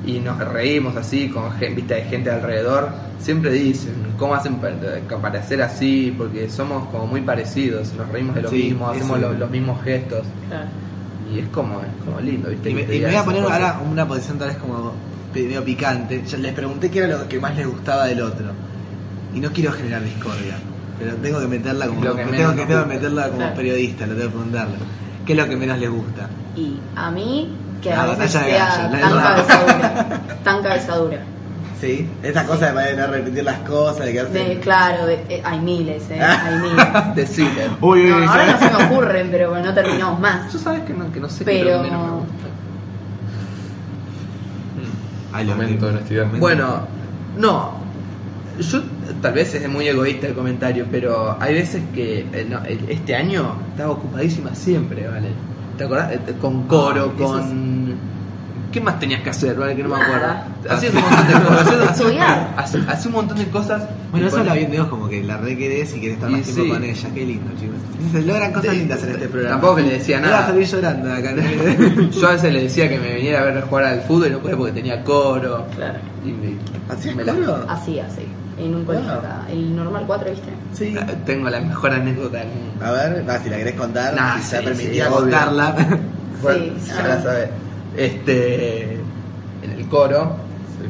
Speaker 3: y nos reímos así con gen- vista de gente alrededor, siempre dicen, ¿cómo hacen pa- ca- para ser así? Porque somos como muy parecidos, nos reímos de lo
Speaker 4: Sí,
Speaker 3: mismo,
Speaker 4: eso.
Speaker 3: hacemos lo- los mismos gestos
Speaker 7: Claro.
Speaker 3: y es como, es como lindo, ¿viste?
Speaker 4: Y me,
Speaker 3: Que te
Speaker 4: y me voy
Speaker 3: digan
Speaker 4: a poner
Speaker 3: esas cosas.
Speaker 4: ahora una posición tal vez como medio picante. Yo les pregunté qué era lo que más les gustaba del otro. Y no quiero generar discordia, pero tengo que meterla como,
Speaker 3: Lo que menos
Speaker 4: tengo, que
Speaker 3: nos
Speaker 4: tengo
Speaker 3: gusta.
Speaker 4: que meterla como
Speaker 7: Claro.
Speaker 4: periodista, lo tengo que preguntarle. ¿Qué es lo que menos les gusta?
Speaker 7: Y a mí, que
Speaker 4: La
Speaker 7: a veces
Speaker 4: batalla de
Speaker 7: sea
Speaker 4: gallos, la
Speaker 7: tan
Speaker 4: verdad.
Speaker 7: cabezadura. Tan cabezadura.
Speaker 4: Sí, esas cosas de no repetir las cosas, de que
Speaker 7: De, claro, de- eh, hay miles, eh, hay miles.
Speaker 3: Decirle.
Speaker 4: Ah. Uy, uy,
Speaker 7: No,
Speaker 4: uy,
Speaker 7: ahora
Speaker 4: ya-
Speaker 7: no se me ocurren, pero bueno, no terminamos más.
Speaker 3: Tú sabes que no, que no sé qué es lo
Speaker 7: Pero.
Speaker 3: que menos me gusta.
Speaker 4: Ay, lo
Speaker 5: Momento de
Speaker 4: que-
Speaker 5: honestidad.
Speaker 3: Bueno, no. Yo, tal vez es muy egoísta el comentario, pero hay veces que eh, no, el- este año estaba ocupadísima siempre, ¿vale? ¿Te acordás? Eh, te- Con coro,
Speaker 4: Ah, eso
Speaker 3: con. ¿Qué más tenías que hacer, ¿vale? Que no me acuerdo.
Speaker 7: Nada.
Speaker 3: Hacías un montón de cosas. hacías-
Speaker 7: Estudiar.
Speaker 3: hacías- hacías un montón de cosas.
Speaker 4: Bueno,
Speaker 3: y
Speaker 4: eso
Speaker 3: con-
Speaker 4: la bien de vos, como que la requerés y querés estar
Speaker 3: Y
Speaker 4: más tiempo
Speaker 3: sí.
Speaker 4: con ella. Qué lindo, chicos. Se logran cosas
Speaker 3: Sí,
Speaker 4: lindas en este programa.
Speaker 3: tampoco que le decía
Speaker 4: No
Speaker 3: nada.
Speaker 4: vas a salir llorando de acá. ¿no?
Speaker 3: Yo a veces le decía que me viniera a ver jugar al fútbol y no podía porque tenía coro.
Speaker 7: Claro.
Speaker 3: Y me-
Speaker 4: ¿Hacías
Speaker 3: me la-
Speaker 4: coro?
Speaker 7: Así, así. En un colegio
Speaker 4: Ah.
Speaker 7: acá. El normal 4, ¿viste?
Speaker 4: Sí.
Speaker 3: Tengo la mejor anécdota del mundo.
Speaker 4: A ver, va, si la querés contar,
Speaker 3: Nah,
Speaker 4: si se
Speaker 3: sí,
Speaker 4: permitía
Speaker 3: sí, obvio.
Speaker 4: contarla.
Speaker 3: Bueno,
Speaker 7: Sí,
Speaker 3: ya
Speaker 7: ah.
Speaker 3: la sabes. Este, en el coro,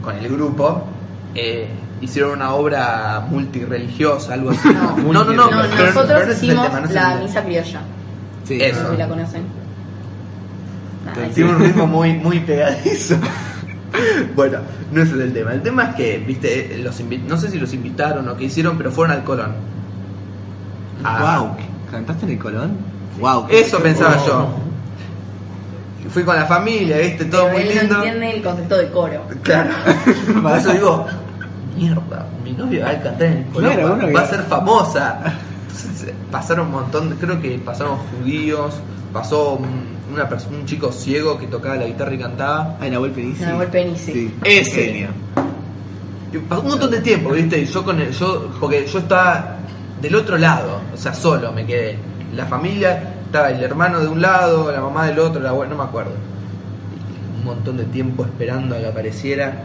Speaker 3: con el grupo, eh, hicieron una obra multireligiosa, algo así.
Speaker 7: No.
Speaker 3: no, no, no,
Speaker 7: No,
Speaker 3: pero-
Speaker 7: nosotros
Speaker 4: pero ese es el
Speaker 7: hicimos
Speaker 4: tema, no es el
Speaker 7: la
Speaker 4: tema.
Speaker 7: misa criolla.
Speaker 4: Sí,
Speaker 3: Eso.
Speaker 7: No sé si la conocen. Ay,
Speaker 3: Tiene un ritmo muy, muy pegadizo. bueno, no ese es el tema. El tema es que, viste, eh, los invi- no sé si los invitaron o qué hicieron, pero fueron al Colón. Ah,
Speaker 4: Wow. ¿Cantaste en el Colón? Wow.
Speaker 3: Eso pensaba
Speaker 4: Oh.
Speaker 3: yo. Y Fui con la familia, viste, todo
Speaker 7: pero
Speaker 3: muy
Speaker 7: él
Speaker 3: lindo.
Speaker 7: no entiende el concepto de coro.
Speaker 3: Claro. Por eso digo, mierda, mi novia va a cantar en el Colón,
Speaker 4: Claro,
Speaker 3: va-
Speaker 4: uno
Speaker 3: va,
Speaker 4: que-
Speaker 3: a ser famosa. Entonces, eh, pasaron un montón, de- creo que pasaron judíos, pasó un, una pers- un chico ciego que tocaba la guitarra y cantaba.
Speaker 4: Ay, Nahuel Penici.
Speaker 7: Nahuel Penici.
Speaker 4: Sí.
Speaker 3: Ese.
Speaker 4: Genio.
Speaker 3: Y pasó un montón de tiempo, viste, y yo con el, yo, porque yo estaba del otro lado, o sea, solo me quedé. La familia, estaba el hermano de un lado, la mamá del otro, la abue- no me acuerdo. un montón de tiempo esperando a que apareciera.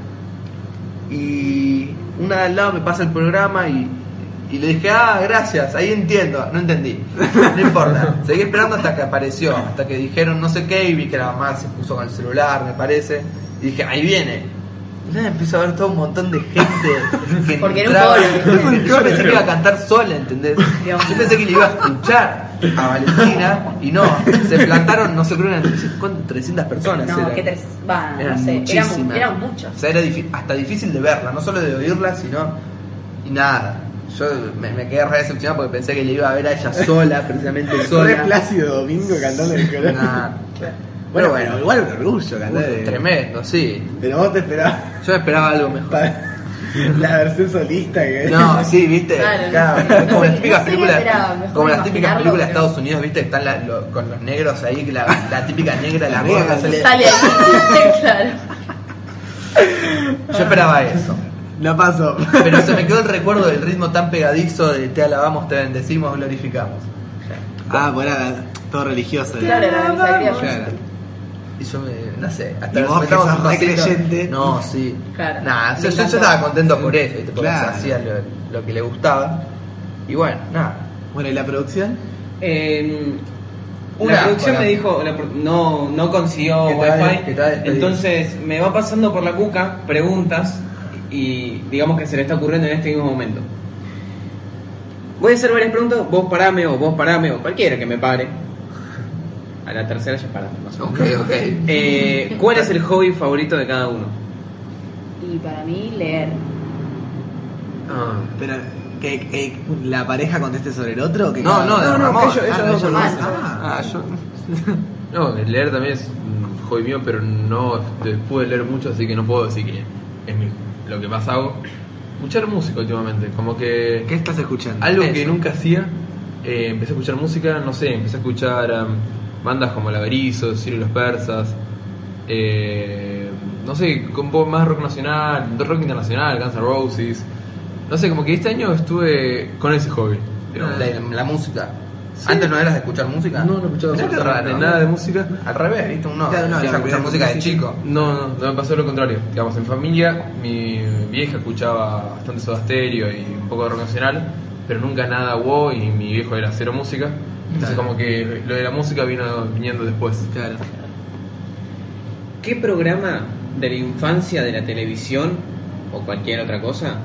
Speaker 3: Y una de al lado me pasa el programa y, y le dije, ah, gracias, ahí entiendo. No entendí, no importa. Seguí esperando hasta que apareció, hasta que dijeron no sé qué y vi que la mamá se puso con el celular, me parece. Y dije, ahí viene. Y nada, empiezo a ver todo un montón de gente que
Speaker 7: Porque era un
Speaker 3: entraba.
Speaker 7: coro.
Speaker 3: Yo pensé que iba a cantar sola, ¿entendés?
Speaker 7: Dios.
Speaker 3: Yo pensé que le iba a escuchar a Valentina y no, se plantaron, no sé, creo que eran 300, ¿cuánto? 300 personas.
Speaker 7: No,
Speaker 3: eran.
Speaker 7: que tres. Va, no
Speaker 3: Eran
Speaker 7: sé. Éramos,
Speaker 3: muchísimas.
Speaker 7: éramos
Speaker 3: O
Speaker 7: muchos.
Speaker 3: sea, era difi- hasta difícil de verla, no solo de oírla, sino. Y nada. Yo me, me quedé re decepcionado porque pensé que le iba a ver a ella sola, precisamente
Speaker 4: Re
Speaker 3: sola.
Speaker 4: Plácido Domingo cantando en el Colón.
Speaker 3: Nah.
Speaker 4: Bueno,
Speaker 3: Pero
Speaker 4: bueno,
Speaker 3: bueno,
Speaker 4: igual un orgullo cantar.
Speaker 3: uh,
Speaker 4: de-
Speaker 3: tremendo, sí.
Speaker 4: Pero vos te esperabas
Speaker 3: Yo esperaba algo mejor.
Speaker 4: para la versión solista que
Speaker 3: No, sí, viste.
Speaker 7: Claro,
Speaker 3: Claro,
Speaker 7: no sé, no
Speaker 3: como
Speaker 7: sé-
Speaker 3: las
Speaker 7: no
Speaker 3: típicas
Speaker 7: sé qué
Speaker 3: películas,
Speaker 7: esperaba, mejor
Speaker 3: como las típicas
Speaker 7: imaginarlo,
Speaker 3: películas de
Speaker 7: pero-
Speaker 3: Estados Unidos, viste, que están la- lo- con los negros ahí, la, la típica negra, la
Speaker 4: negra
Speaker 3: gorda. sale-
Speaker 7: Sale ahí. claro.
Speaker 3: Yo esperaba eso.
Speaker 4: No pasó.
Speaker 3: Pero se me quedó el recuerdo del ritmo tan pegadizo de te alabamos, te bendecimos, glorificamos.
Speaker 4: Ah, bueno, era todo religioso. ¿no?
Speaker 7: Claro, era la misa criolla.
Speaker 4: Claro.
Speaker 3: Y yo me, no sé, hasta
Speaker 4: Y vos que
Speaker 3: metamos
Speaker 4: sos
Speaker 3: un
Speaker 4: re
Speaker 3: pasito-
Speaker 4: creyente.
Speaker 3: No, sí.
Speaker 7: Claro.
Speaker 3: Nah,
Speaker 7: Me
Speaker 3: yo, yo- yo
Speaker 7: encantó.
Speaker 3: estaba contento por eso, ¿viste? porque
Speaker 4: Claro.
Speaker 3: hacía lo, lo que le gustaba. Y bueno, nada.
Speaker 4: Bueno, ¿y la producción?
Speaker 6: Eh,
Speaker 3: Una,
Speaker 6: la producción
Speaker 3: hola.
Speaker 6: me dijo, la pro- no, no consiguió
Speaker 3: ¿Qué tal?
Speaker 6: wifi,
Speaker 3: ¿Qué tal? Estoy-
Speaker 6: entonces me va pasando por la cuca preguntas y digamos que se le está ocurriendo en este mismo momento. Voy a hacer varias preguntas, vos parame o vos parame o cualquiera que me pare. A la tercera ya parame más o menos.
Speaker 3: Ok, ok.
Speaker 6: Eh, ¿Cuál es el hobby favorito de cada uno?
Speaker 7: Y para mí, leer.
Speaker 3: Ah.
Speaker 4: Pero, ¿que, que la pareja conteste sobre el otro? ¿o que
Speaker 3: No,
Speaker 4: cada
Speaker 3: no,
Speaker 4: uno?
Speaker 3: de Ramón.
Speaker 4: que ellos-
Speaker 3: Ah,
Speaker 4: ellos
Speaker 3: no,
Speaker 4: dos
Speaker 7: yo no.
Speaker 4: conocen. Ah,
Speaker 5: Ah, yo. No, leer también es un hobby mío, pero no este, pude leer mucho, así que no puedo decir que es mi- lo que más hago. Escuchar música últimamente, como que.
Speaker 4: ¿Qué estás escuchando?
Speaker 5: Algo
Speaker 6: Eso.
Speaker 5: que nunca hacía, eh, empecé a escuchar música, no sé, empecé a escuchar um, bandas como Laverizo, Ciro y los Persas, eh, no sé, un poco más rock nacional, rock internacional, Guns N' Roses, no sé, como que este año estuve con ese hobby.
Speaker 4: Ah.
Speaker 5: digamos.
Speaker 3: La, la música. ¿Antes no eras de escuchar música?
Speaker 5: No, no escuchaba
Speaker 3: Mirá qué
Speaker 5: absolutamente
Speaker 3: raro.
Speaker 5: nada de música.
Speaker 3: Al revés, viste, uno
Speaker 4: Claro, no,
Speaker 3: empieza
Speaker 4: la
Speaker 3: a escuchar
Speaker 4: primera
Speaker 3: música de
Speaker 4: música.
Speaker 3: chico.
Speaker 5: No, no, no me pasó lo contrario. Digamos, en familia, mi vieja escuchaba bastante soda stereo y un poco de rock nacional, pero nunca nada wow y mi viejo era cero música. Entonces,
Speaker 4: Claro.
Speaker 5: como que lo de la música vino viniendo después.
Speaker 4: Claro.
Speaker 6: ¿Qué programa de la infancia de la televisión o cualquier otra cosa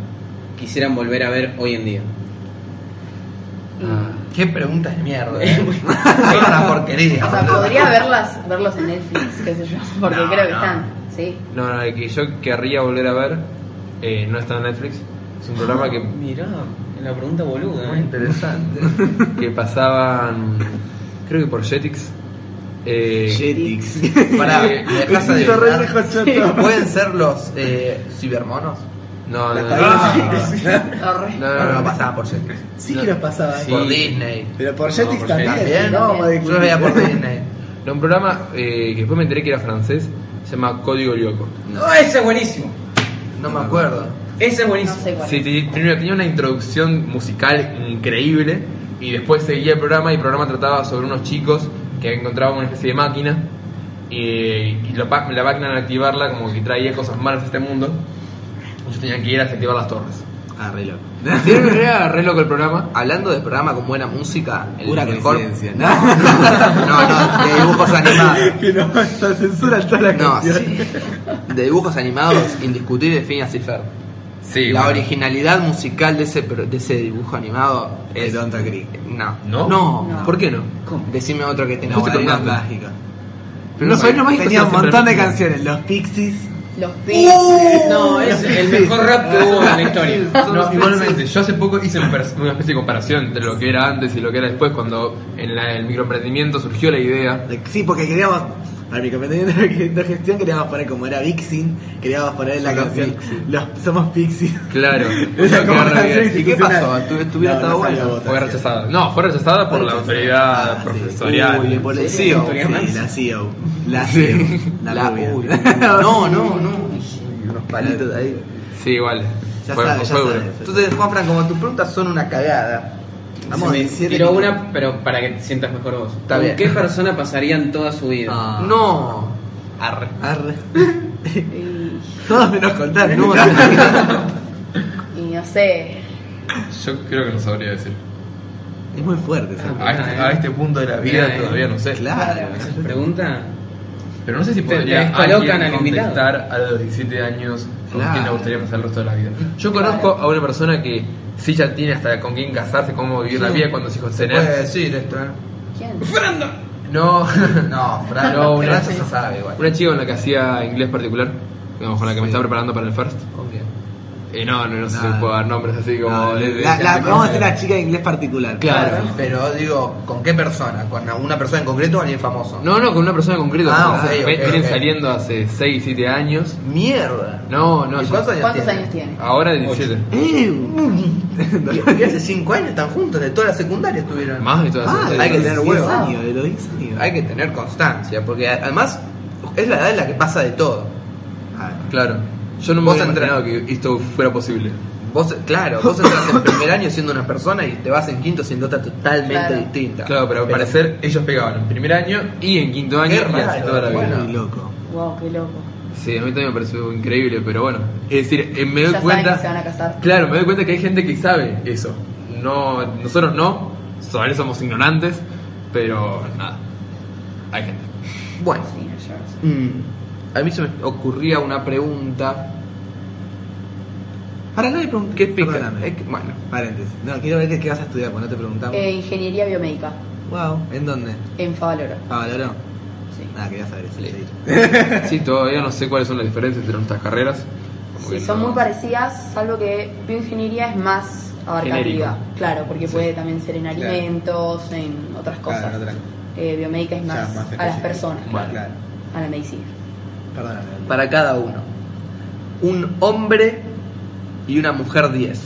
Speaker 6: quisieran volver a ver hoy en día?
Speaker 3: Qué preguntas de mierda. eh. Son una porquería.
Speaker 7: O sea,
Speaker 3: boludo.
Speaker 7: podría verlas, verlos en Netflix, qué sé yo. Porque
Speaker 3: No,
Speaker 7: creo que
Speaker 3: no.
Speaker 7: están. Sí.
Speaker 5: No, no, el que yo querría volver a ver eh, no está en Netflix. Es un programa que,
Speaker 6: Mirá, la pregunta boluda.
Speaker 3: Muy
Speaker 6: ¿eh?
Speaker 3: interesante.
Speaker 5: que pasaban, creo que por Jetix. Eh,
Speaker 4: Jetix.
Speaker 3: Pará,
Speaker 5: Sí.
Speaker 6: eh,
Speaker 3: me dejás
Speaker 4: Yo
Speaker 3: adivinar.
Speaker 4: re lejos, choto.
Speaker 3: ¿Pueden ser los eh, cibermonos?
Speaker 5: no, no, no,
Speaker 4: Ah,
Speaker 7: Horrible.
Speaker 5: No, no,
Speaker 3: No,
Speaker 5: no,
Speaker 3: no, pasaban por Jetix.
Speaker 4: Sí que los pasaba. ¿eh?
Speaker 3: Por Disney.
Speaker 4: Pero por Jetix
Speaker 5: por
Speaker 4: también.
Speaker 3: También,
Speaker 4: no, vamos a
Speaker 3: Yo los
Speaker 4: discutir.
Speaker 3: veía por Disney.
Speaker 5: No, un programa eh, que después me enteré que era francés, se llama Código Lyoko.
Speaker 6: No, ese es buenísimo.
Speaker 3: No me acuerdo.
Speaker 6: Ese es
Speaker 7: No
Speaker 6: buenísimo.
Speaker 7: sé cuál.
Speaker 5: Sí,
Speaker 7: es.
Speaker 5: te- primero tenía una introducción musical increíble y después seguía el programa y el programa trataba sobre unos chicos que encontraban una especie de máquina y, y la, pa- la máquina al activarla como que traía cosas malas a este mundo. Yo tenía que ir a desactivar las torres.
Speaker 4: Ah, re loco.
Speaker 5: Sí, Era re loco el programa.
Speaker 3: Hablando de programa con buena música, el
Speaker 4: Pura
Speaker 3: mejor.
Speaker 4: coincidencia.
Speaker 3: No, no, de dibujos animados.
Speaker 4: Que no, la censura toda la
Speaker 3: No,
Speaker 4: canción.
Speaker 3: sí. De dibujos animados, indiscutible Phineas y Ferb.
Speaker 9: Sí,
Speaker 3: la
Speaker 9: bueno.
Speaker 3: originalidad musical de ese, pro- de ese dibujo animado
Speaker 4: Es
Speaker 3: es.
Speaker 4: Don't Agree.
Speaker 3: No.
Speaker 9: ¿No?
Speaker 3: No.
Speaker 5: ¿Por qué no?
Speaker 3: Decime otro que tenga
Speaker 4: Una
Speaker 3: buena
Speaker 4: guarida
Speaker 3: banda.
Speaker 4: mágica.
Speaker 3: Pero no, soy lo mágico,
Speaker 4: Tenía un
Speaker 3: siempre
Speaker 4: montón de
Speaker 3: mismo.
Speaker 4: canciones. Los Pixies.
Speaker 7: Los Beatles.
Speaker 6: No, es el mejor rap que hubo en la historia.
Speaker 5: No, igualmente, yo hace poco hice un per- una especie de comparación entre lo que era antes y lo que era después, cuando en la- el microemprendimiento surgió la idea.
Speaker 4: De- Sí, porque queríamos, para mi compañero de gestión, queríamos poner como era Vixen, queríamos poner la
Speaker 3: Somos
Speaker 4: canción
Speaker 3: Vixen.
Speaker 4: Los, Somos Pixies.
Speaker 5: Claro.
Speaker 4: Esa como
Speaker 5: Fue re
Speaker 4: canción
Speaker 5: bien.
Speaker 3: ¿Y qué pasó?
Speaker 4: institucional.
Speaker 3: Tu- tuviera
Speaker 4: No,
Speaker 3: estado
Speaker 4: no salió
Speaker 3: bueno.
Speaker 4: votación.
Speaker 5: Fue rechazada. No, fue rechazada por la autoridad
Speaker 4: Ah, sí.
Speaker 5: profesorial.
Speaker 4: Uy, por el
Speaker 3: Sí,
Speaker 4: CEO.
Speaker 3: autoridad
Speaker 4: Sí,
Speaker 3: más.
Speaker 4: la CEO. E La CEO. La,
Speaker 3: La-
Speaker 4: rubia.
Speaker 3: uy, no, no, no. Unos palitos de ahí.
Speaker 5: Sí, igual.
Speaker 4: Ya
Speaker 5: Fue-
Speaker 4: sabes, ya
Speaker 5: fue duro.
Speaker 4: sabes.
Speaker 3: Entonces, Juanfran, como tus preguntas son una cagada,
Speaker 4: Vamos a decir.
Speaker 6: Tiró una, pero para que te sientas mejor vos.
Speaker 3: Está
Speaker 6: ¿Con
Speaker 3: bien.
Speaker 6: qué persona pasarían toda su vida?
Speaker 4: Ah.
Speaker 3: No. Arre.
Speaker 4: Arre.
Speaker 7: Y,
Speaker 4: Todos menos contar.
Speaker 3: No,
Speaker 4: No,
Speaker 7: y no sé.
Speaker 5: Yo creo que no sabría decir.
Speaker 4: Es muy fuerte esa.
Speaker 5: A este, a este punto de la vida
Speaker 6: Mira, eh.
Speaker 5: todavía no sé.
Speaker 4: Ah, eh. Claro.
Speaker 6: Esa pregunta.
Speaker 5: Pero no sé si
Speaker 6: Te- te
Speaker 5: podría
Speaker 6: descolocan
Speaker 5: alguien
Speaker 6: al invitado.
Speaker 5: contestar a los 17 años con
Speaker 4: Claro.
Speaker 5: quién le gustaría pasar el resto de la vida. Yo conozco a una persona que sí ya tiene hasta con quién casarse, cómo vivir la vida, cuando hijos
Speaker 3: Puedes
Speaker 5: tener.
Speaker 3: decir esto, ¿eh?
Speaker 7: ¿Quién?
Speaker 5: No,
Speaker 3: No, Fran,
Speaker 5: No,
Speaker 3: no,
Speaker 5: una-
Speaker 3: Fran se sabe igual.
Speaker 5: una chica con la que hacía inglés particular, digamos, con la que me estaba preparando para el first. Y no, no, no sé
Speaker 4: Nada.
Speaker 5: si puedo dar nombres así como...
Speaker 4: No,
Speaker 5: de- de-
Speaker 4: la- la-
Speaker 5: de-
Speaker 4: vamos a hacer la chica de inglés particular.
Speaker 3: Claro, pero digo, ¿con qué persona? ¿Con una persona en concreto o alguien famoso?
Speaker 5: No, no, con una persona en concreto.
Speaker 3: Ah,
Speaker 5: o sea,
Speaker 3: ok,
Speaker 5: ven-
Speaker 3: ok,
Speaker 5: vienen
Speaker 3: ok.
Speaker 5: saliendo hace 6, 7 años.
Speaker 3: Mierda.
Speaker 5: No, no,
Speaker 3: ¿Y
Speaker 5: ya-
Speaker 3: ¿Cuántos años
Speaker 7: ¿Cuántos
Speaker 3: tiene?
Speaker 7: años tiene?
Speaker 5: ahora 17.
Speaker 3: Y- y hace 5 años están juntos, de toda la secundaria estuvieron.
Speaker 5: Más de todas
Speaker 4: Ah,
Speaker 5: esas-
Speaker 4: de
Speaker 3: hay que
Speaker 4: los
Speaker 3: tener
Speaker 4: 10
Speaker 3: huevos.
Speaker 4: años, de los 10 años.
Speaker 3: Hay que tener constancia, porque además es la edad en la que pasa de todo.
Speaker 5: Claro. Yo no me
Speaker 3: Vos
Speaker 5: hubiera
Speaker 3: entrás-
Speaker 5: imaginado que esto fuera posible.
Speaker 3: Vos, claro, vos entras en primer año siendo una persona y te vas en quinto siendo otra totalmente
Speaker 7: Claro.
Speaker 3: distinta.
Speaker 5: Claro, pero al parecer ellos pegaban en primer año y en quinto año
Speaker 3: Qué
Speaker 5: y así
Speaker 3: raro,
Speaker 5: toda la vida.
Speaker 3: bueno.
Speaker 4: Muy loco.
Speaker 7: Wow, qué loco.
Speaker 5: Sí, a mí también me pareció increíble, pero bueno. Es decir, eh, me doy
Speaker 7: Ya saben que se van
Speaker 5: cuenta.
Speaker 7: a casar.
Speaker 5: Claro, me doy cuenta que hay gente que sabe eso. No, nosotros no, todavía somos ignorantes, pero nada. Hay gente.
Speaker 3: Bueno,
Speaker 7: Sí, yo-
Speaker 3: mm, a mí se me ocurría una pregunta. Para nadie preguntó. ¿Qué pica?
Speaker 4: Perdóname.
Speaker 3: Es que- bueno,
Speaker 4: Paréntesis. No, quiero ver qué- qué vas a estudiar, porque no te preguntamos.
Speaker 7: Eh, ingeniería biomédica
Speaker 4: Wow, ¿en dónde?
Speaker 7: en Favaloro.
Speaker 4: Ah, Loro.
Speaker 7: Sí.
Speaker 4: Nada, quería saber eso.
Speaker 5: Sí.
Speaker 4: sí.
Speaker 5: Sí, todavía no sé cuáles son las diferencias entre nuestras carreras. Como
Speaker 7: Sí,
Speaker 5: que
Speaker 7: son
Speaker 5: no-
Speaker 7: muy parecidas, salvo que bioingeniería es más abarcativa.
Speaker 5: Genérico.
Speaker 7: Claro, porque
Speaker 5: Sí.
Speaker 7: puede también ser en alimentos, en otras cosas.
Speaker 4: Claro, otra.
Speaker 7: Eh, biomédica es más,
Speaker 4: Ya, más
Speaker 7: a las
Speaker 4: específico.
Speaker 7: personas,
Speaker 5: Bueno.
Speaker 4: Claro.
Speaker 7: a la medicina.
Speaker 4: Perdóname.
Speaker 3: para cada uno. Un hombre y una mujer 10.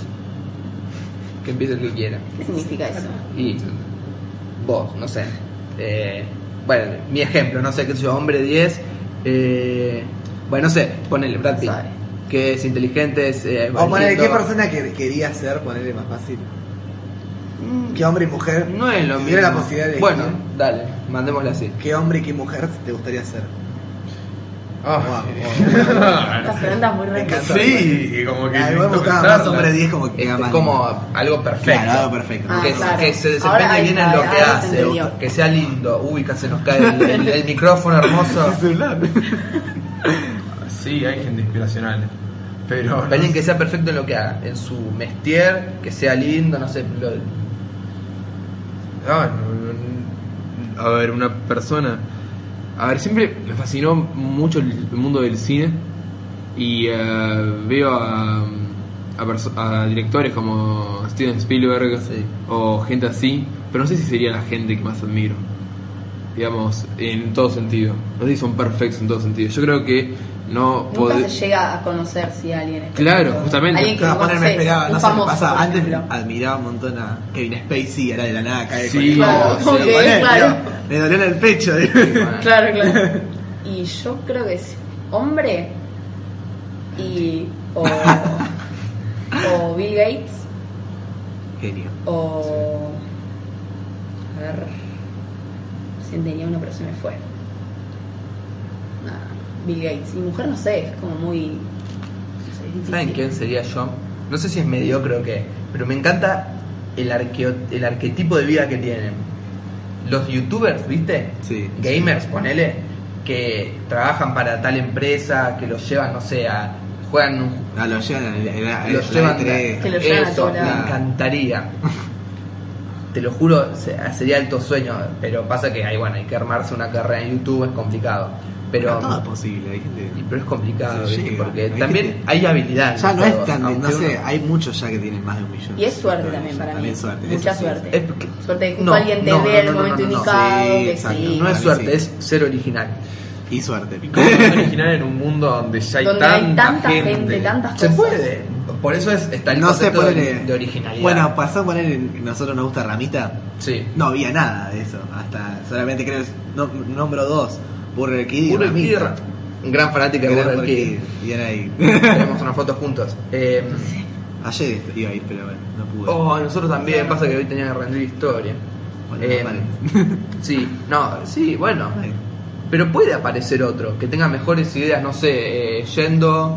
Speaker 3: Que empiece el que quiera.
Speaker 7: ¿Qué significa eso?
Speaker 3: Y vos, no sé. Eh, bueno, mi ejemplo, no sé qué sé yo, hombre 10. eh, bueno, no sé, ponele Brad Pitt.
Speaker 7: Sabe.
Speaker 3: Que es inteligente, es. eh,
Speaker 4: O ponele, ¿qué
Speaker 3: valiendo.
Speaker 4: persona que quería ser? Ponerle más fácil.
Speaker 7: Mm.
Speaker 4: ¿Qué hombre y mujer?
Speaker 3: No es lo mismo.
Speaker 4: Si tuviera la posibilidad de
Speaker 3: bueno,
Speaker 4: elegir,
Speaker 3: dale, mandémosla así.
Speaker 4: ¿Qué hombre y qué mujer te gustaría ser?
Speaker 5: Ah.
Speaker 4: Wow, wow.
Speaker 7: Las preguntas muy
Speaker 4: Me
Speaker 7: ricas.
Speaker 4: encanta.
Speaker 5: Sí, como que.
Speaker 4: Ah, igual me
Speaker 5: necesito
Speaker 4: gustaba más
Speaker 5: pensarla.
Speaker 4: hombre 10 como que
Speaker 3: Este,
Speaker 4: era más
Speaker 3: como
Speaker 4: lindo.
Speaker 3: algo perfecto.
Speaker 4: Claro, algo perfecto.
Speaker 7: Ah,
Speaker 3: que,
Speaker 7: claro.
Speaker 3: que se desempeñe
Speaker 7: Ahora ahí
Speaker 3: bien en
Speaker 7: está,
Speaker 3: lo que
Speaker 7: ahora se
Speaker 3: hace,
Speaker 7: entendió.
Speaker 3: que sea lindo. Uy, casi nos cae el, el- el micrófono hermoso.
Speaker 5: Sí, hay gente inspiracional. Pero. no
Speaker 3: Alguien
Speaker 5: sé.
Speaker 3: que sea perfecto en lo que haga, en su mestier, que sea lindo, no sé. lo-
Speaker 5: Ah, no, no, no. a ver, una persona. A ver, siempre me fascinó mucho el el mundo del cine y eh, veo a, a perso- a directores como Steven Spielberg
Speaker 3: Sí.
Speaker 5: o gente así, pero no sé si sería la gente que más admiro, digamos, en todo sentido. No sé si son perfectos en todo sentido. Yo creo que no
Speaker 7: Nunca
Speaker 5: pod-
Speaker 7: se llega a conocer si alguien es
Speaker 5: Claro,
Speaker 7: perfecto.
Speaker 5: justamente.
Speaker 7: Alguien que
Speaker 4: Claro,
Speaker 7: no
Speaker 4: poner, me
Speaker 7: conoces,
Speaker 4: esperaba,
Speaker 7: un
Speaker 4: no sé,
Speaker 7: famoso,
Speaker 4: me pasaba.
Speaker 7: por
Speaker 4: Antes
Speaker 7: ejemplo.
Speaker 4: admiraba un montón a Kevin Spacey, ahora de la nada cae
Speaker 5: Sí,
Speaker 4: con
Speaker 7: Claro,
Speaker 4: el- con el-
Speaker 7: ok,
Speaker 4: con el-
Speaker 7: claro.
Speaker 4: Me dolió en el pecho. digo.
Speaker 7: Claro, claro. Y yo creo que es hombre y o, o Bill Gates
Speaker 4: Genio.
Speaker 7: o a ver sentiría una pero se me fue. Nada, Bill Gates y mujer no sé, es como muy no sé, es difícil.
Speaker 3: ¿Saben quién sería yo? No sé si es mediocre o qué, pero me encanta el, arqueo- el arquetipo de vida que tienen. Los youtubers, ¿viste?
Speaker 4: Sí.
Speaker 3: Gamers, ponele, que trabajan para tal empresa, que los llevan, no sé, a Juegan un
Speaker 4: No, lo llevan a la- a la- E
Speaker 3: los
Speaker 4: a
Speaker 3: llevan
Speaker 4: la E3.
Speaker 7: Que lo llevan a
Speaker 3: Eso,
Speaker 7: todos
Speaker 3: me
Speaker 7: lados.
Speaker 3: encantaría. Te lo juro, se- sería alto sueño, pero pasa que hay, bueno, hay que armarse una carrera en YouTube, es complicado. Pero,
Speaker 4: Pero todo es posible, hay gente.
Speaker 3: y- pero es complicado,
Speaker 4: Se
Speaker 3: ¿viste?
Speaker 4: llega,
Speaker 3: porque
Speaker 4: hay
Speaker 3: también
Speaker 4: gente-
Speaker 3: hay habilidad. en
Speaker 4: Ya no
Speaker 3: los
Speaker 4: es
Speaker 3: juegos,
Speaker 4: tan,
Speaker 3: aunque
Speaker 4: no sé,
Speaker 3: uno-
Speaker 4: hay muchos ya que tienen más de un millón.
Speaker 7: Y es suerte
Speaker 4: de
Speaker 7: también para mí.
Speaker 4: También suerte.
Speaker 7: Mucha
Speaker 4: eso sí.
Speaker 7: suerte.
Speaker 3: es porque-
Speaker 7: Suerte de que
Speaker 3: no,
Speaker 7: justo alguien te
Speaker 3: no,
Speaker 7: ve
Speaker 3: no,
Speaker 7: en el
Speaker 3: no, no,
Speaker 7: momento
Speaker 3: no, no,
Speaker 7: indicado.
Speaker 4: sí,
Speaker 7: que
Speaker 4: exacto.
Speaker 7: sí.
Speaker 3: No es
Speaker 4: Sí.
Speaker 3: suerte, es ser original.
Speaker 4: Y suerte.
Speaker 5: ¿Cómo es original en un mundo donde ya hay,
Speaker 7: Donde
Speaker 5: tanta,
Speaker 7: hay tanta gente, tantas
Speaker 3: Se
Speaker 7: cosas.
Speaker 3: puede, por eso es, está el
Speaker 4: No se
Speaker 3: concepto
Speaker 4: puede
Speaker 3: de, de originalidad.
Speaker 4: Bueno, pasó a poner en Nosotros nos gusta Ramita.
Speaker 3: sí.
Speaker 4: No había nada de eso. Hasta solamente creo que es no- nombro dos. Burger Kid y
Speaker 3: Burger King,
Speaker 4: Ramita.
Speaker 3: gran fanática de
Speaker 4: Era
Speaker 3: Burger
Speaker 4: porque-
Speaker 3: King.
Speaker 4: Y era ahí.
Speaker 3: Tenemos una foto juntos. Eh,
Speaker 4: Ayer iba a ir, pero bueno, no pude.
Speaker 3: Oh, nosotros también, pasa que hoy tenía que rendir historia.
Speaker 4: Bueno,
Speaker 3: Eh,
Speaker 4: vale.
Speaker 3: sí, no, sí, bueno.
Speaker 4: Vale.
Speaker 3: Pero puede aparecer otro que tenga mejores ideas, no sé, eh, yendo.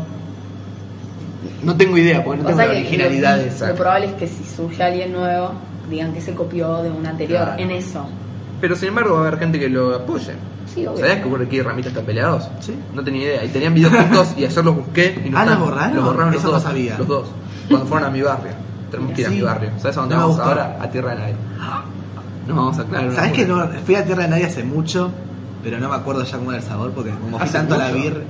Speaker 3: No tengo idea, porque no
Speaker 7: O
Speaker 3: tengo
Speaker 7: sea
Speaker 3: la
Speaker 7: que
Speaker 3: originalidad
Speaker 7: lo,
Speaker 3: esa.
Speaker 7: lo probable es que si surge alguien nuevo, digan que se copió de un anterior
Speaker 3: Claro.
Speaker 7: en eso.
Speaker 3: Pero sin embargo, va a haber gente que lo apoye.
Speaker 7: Sí, obvio.
Speaker 3: ¿Sabías que por aquí Ramita están peleados?
Speaker 4: Sí.
Speaker 3: No tenía idea. Y tenían videos juntos y ayer los busqué y no
Speaker 4: Ah, ¿los
Speaker 3: están.
Speaker 4: borraron?
Speaker 3: Los borraron los
Speaker 4: Eso no
Speaker 3: dos.
Speaker 4: sabía.
Speaker 3: Los dos. Cuando fueron a mi barrio. Tenemos que ir a
Speaker 4: Sí.
Speaker 3: mi barrio. ¿Sabes a dónde
Speaker 4: No me
Speaker 3: vamos
Speaker 4: gustó.
Speaker 3: ahora? A Tierra de Nadie. Nos vamos a aclarar. una
Speaker 4: ¿Sabes que
Speaker 3: locura.
Speaker 4: no, fui a Tierra de Nadie hace mucho, pero no me acuerdo ya cómo era el sabor? Porque como fui
Speaker 3: ¿Hace
Speaker 4: tanto a la
Speaker 3: mucho?
Speaker 4: birra.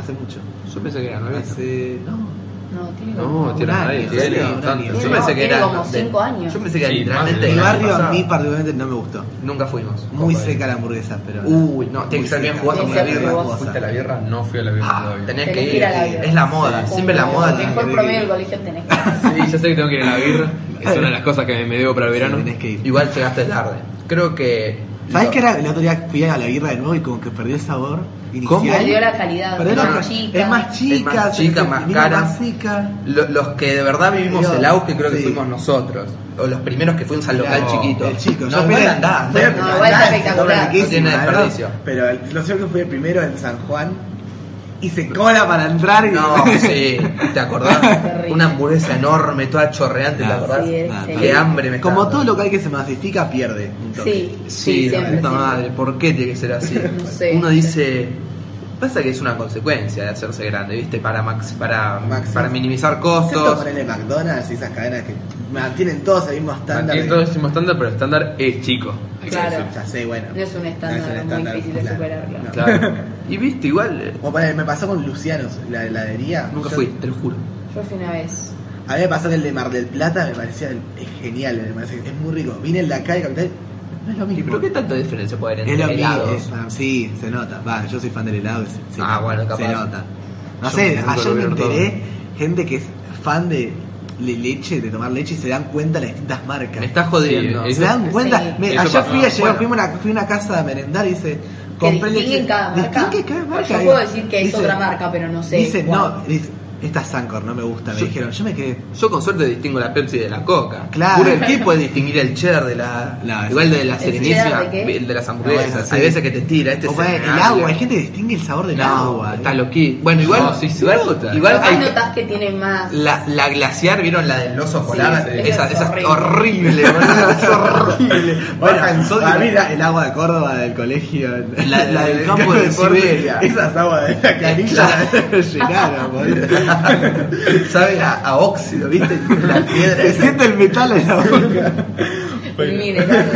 Speaker 4: Hace mucho.
Speaker 3: Yo pensé que era
Speaker 4: Ah,
Speaker 3: nueve.
Speaker 4: Hace. No.
Speaker 7: No, tiene como,
Speaker 5: No, tiene
Speaker 4: Un
Speaker 5: nadie,
Speaker 4: año,
Speaker 5: tiene
Speaker 4: sí, un
Speaker 5: bastante.
Speaker 4: año.
Speaker 5: Sí,
Speaker 3: Yo
Speaker 7: No,
Speaker 3: pensé que
Speaker 7: tiene
Speaker 3: era.
Speaker 7: como
Speaker 3: de-
Speaker 7: cinco años.
Speaker 3: Yo pensé que era
Speaker 5: Sí, más
Speaker 3: literalmente.
Speaker 5: de-
Speaker 3: el
Speaker 4: El
Speaker 3: año
Speaker 4: barrio a
Speaker 3: pasado.
Speaker 4: mí particularmente no me gustó.
Speaker 3: Nunca fuimos. eh.
Speaker 4: Muy
Speaker 3: Ojo,
Speaker 4: seca la hamburguesa, pero.
Speaker 3: Uy, no, tiene
Speaker 4: Muy
Speaker 3: que ser bien
Speaker 4: seca.
Speaker 3: jugada
Speaker 7: Tiene
Speaker 3: con la
Speaker 7: que ser
Speaker 3: birra.
Speaker 7: jugosa.
Speaker 3: Fuiste a la birra.
Speaker 5: No fui a la vida
Speaker 3: Ah,
Speaker 5: todavía.
Speaker 3: tenés
Speaker 7: Tenés
Speaker 3: que
Speaker 7: que
Speaker 3: ir.
Speaker 7: ir a la birra.
Speaker 3: Es la moda.
Speaker 7: Como
Speaker 3: Siempre la moda.
Speaker 7: Mejor
Speaker 4: que-
Speaker 7: promedio del colegio tenés que
Speaker 5: Sí, ya sé que tengo que ir a la birra. Es una de las cosas que me debo para el
Speaker 4: Sí,
Speaker 5: verano.
Speaker 4: tenés que ir.
Speaker 3: Igual llegaste tarde. Creo que.
Speaker 4: ¿Sabes
Speaker 3: lo-
Speaker 4: que era? El otro día fui a la birra de nuevo y como que perdió el sabor.
Speaker 3: ¿Cómo?
Speaker 4: inicial.
Speaker 7: Perdió la calidad,
Speaker 4: Pero
Speaker 7: es
Speaker 4: era
Speaker 7: más
Speaker 4: otra-
Speaker 7: chica.
Speaker 4: Es más chica,
Speaker 3: Es más
Speaker 4: se
Speaker 3: chica,
Speaker 4: te-
Speaker 3: más
Speaker 4: mira,
Speaker 3: cara.
Speaker 4: Más seca.
Speaker 3: lo- los que de verdad vivimos
Speaker 4: Dios,
Speaker 3: el auge creo que
Speaker 4: sí.
Speaker 3: fuimos nosotros. O los primeros que fuimos al local
Speaker 5: No,
Speaker 3: chiquito.
Speaker 4: El chico,
Speaker 3: no, igual andá, andá.
Speaker 7: No, igual está espectacular.
Speaker 3: No tiene desperdicio.
Speaker 4: Pero el- lo cierto que fui el primero en San Juan y se cola para entrar y
Speaker 3: No, sí, ¿te acordás?
Speaker 7: rico.
Speaker 3: Una hamburguesa enorme, toda chorreante, ¿te
Speaker 4: Ah,
Speaker 3: acordás?
Speaker 7: sí, es
Speaker 3: Qué
Speaker 7: excelente.
Speaker 3: hambre me está
Speaker 4: Como
Speaker 3: dando.
Speaker 4: todo local que se masifica pierde un toque.
Speaker 7: Sí, sí,
Speaker 3: Sí, la
Speaker 7: siempre.
Speaker 3: puta
Speaker 7: siempre.
Speaker 3: madre, ¿por qué tiene que ser así?
Speaker 7: No sé.
Speaker 3: Uno dice. Pasa que es una consecuencia de hacerse grande, ¿viste? Para max, para,
Speaker 4: Maximizar.
Speaker 3: para minimizar
Speaker 4: Excepto
Speaker 3: costos.
Speaker 4: ponerle McDonald's y esas cadenas que mantienen todos el mismo estándar.
Speaker 5: Aquí
Speaker 4: de-
Speaker 5: todos decimos estándar, pero estándar es chico.
Speaker 7: Claro.
Speaker 4: Ya sé, bueno.
Speaker 7: No es un estándar muy difícil de superarlo.
Speaker 4: No.
Speaker 5: Claro.
Speaker 3: Y viste, igual. eh,
Speaker 4: Como ponele, me pasó con Lucianos, la heladería.
Speaker 3: Nunca
Speaker 4: Yo-
Speaker 3: fui, te lo juro.
Speaker 7: Yo fui una vez.
Speaker 4: A mí me pasó que el de Mar del Plata me parecía el- es genial, me parece que es muy rico. Vine el de acá y capital, no es lo
Speaker 3: ¿Y
Speaker 4: mismo.
Speaker 3: pero qué tanta diferencia puede haber
Speaker 4: Es
Speaker 3: entre
Speaker 4: lo mismo.
Speaker 3: helados?
Speaker 4: es- ah, sí, se nota. Va, yo soy fan del helado. se- se-
Speaker 3: Ah, bueno, capaz.
Speaker 4: Se nota. No
Speaker 5: Yo
Speaker 4: sé,
Speaker 5: nunca
Speaker 4: ayer
Speaker 5: lo
Speaker 4: me
Speaker 5: vieron todo.
Speaker 4: enteré gente que es fan de le- leche, de tomar leche y se dan cuenta de las distintas marcas.
Speaker 3: Me estás jodiendo.
Speaker 5: Sí,
Speaker 4: Se dan
Speaker 7: Sí.
Speaker 4: cuenta. Me-
Speaker 5: Eso
Speaker 4: ayer
Speaker 5: pasa.
Speaker 4: fui a llegar,
Speaker 3: Bueno.
Speaker 4: fui a una, fui a una casa a merendar y dice, compré leche.
Speaker 7: distinguen cada marca.
Speaker 4: distinguen cada
Speaker 7: Yo
Speaker 4: marca.
Speaker 7: puedo decir que es
Speaker 4: Dice-
Speaker 7: otra marca, pero no sé
Speaker 4: Dice,
Speaker 7: cuál.
Speaker 4: no, dice, esta es Sancor, no me gusta. Me
Speaker 3: Yo-
Speaker 4: dijeron, yo me quedé.
Speaker 3: Yo con suerte distingo la Pepsi de la Coca.
Speaker 4: Claro.
Speaker 3: Burger King puede distinguir el cheddar de la.
Speaker 4: No, es-
Speaker 3: igual de la
Speaker 7: ¿El
Speaker 3: serenísima,
Speaker 7: cheddar de qué?
Speaker 3: el de las
Speaker 4: No, Ah, bueno,
Speaker 3: hamburguesas.
Speaker 4: sí.
Speaker 3: Hay veces que te tira, este
Speaker 4: O
Speaker 3: es
Speaker 4: ponele, el
Speaker 3: cereal.
Speaker 4: agua, hay gente que distingue el sabor del
Speaker 3: No,
Speaker 4: agua.
Speaker 3: está
Speaker 4: ¿eh?
Speaker 3: loquito. Bueno, igual.
Speaker 5: No, sí, sí,
Speaker 3: igual,
Speaker 5: nota.
Speaker 3: igual
Speaker 7: Capaz
Speaker 3: hay.
Speaker 7: notas que tiene más.
Speaker 3: La, la glaciar, ¿vieron la del oso polar?
Speaker 7: sí,
Speaker 3: esa,
Speaker 7: es
Speaker 3: esa es horrible,
Speaker 7: horrible.
Speaker 3: boludo, es horrible.
Speaker 4: Bueno,
Speaker 3: Baja en sodio.
Speaker 4: a mí la- el agua de Córdoba del colegio.
Speaker 3: La- la del campo de Siberia.
Speaker 4: Esas aguas de la canilla llenaron, boludo.
Speaker 3: Sabe a, a óxido, ¿viste? La piedra.
Speaker 4: Se siente el metal en la boca.
Speaker 7: Mineral.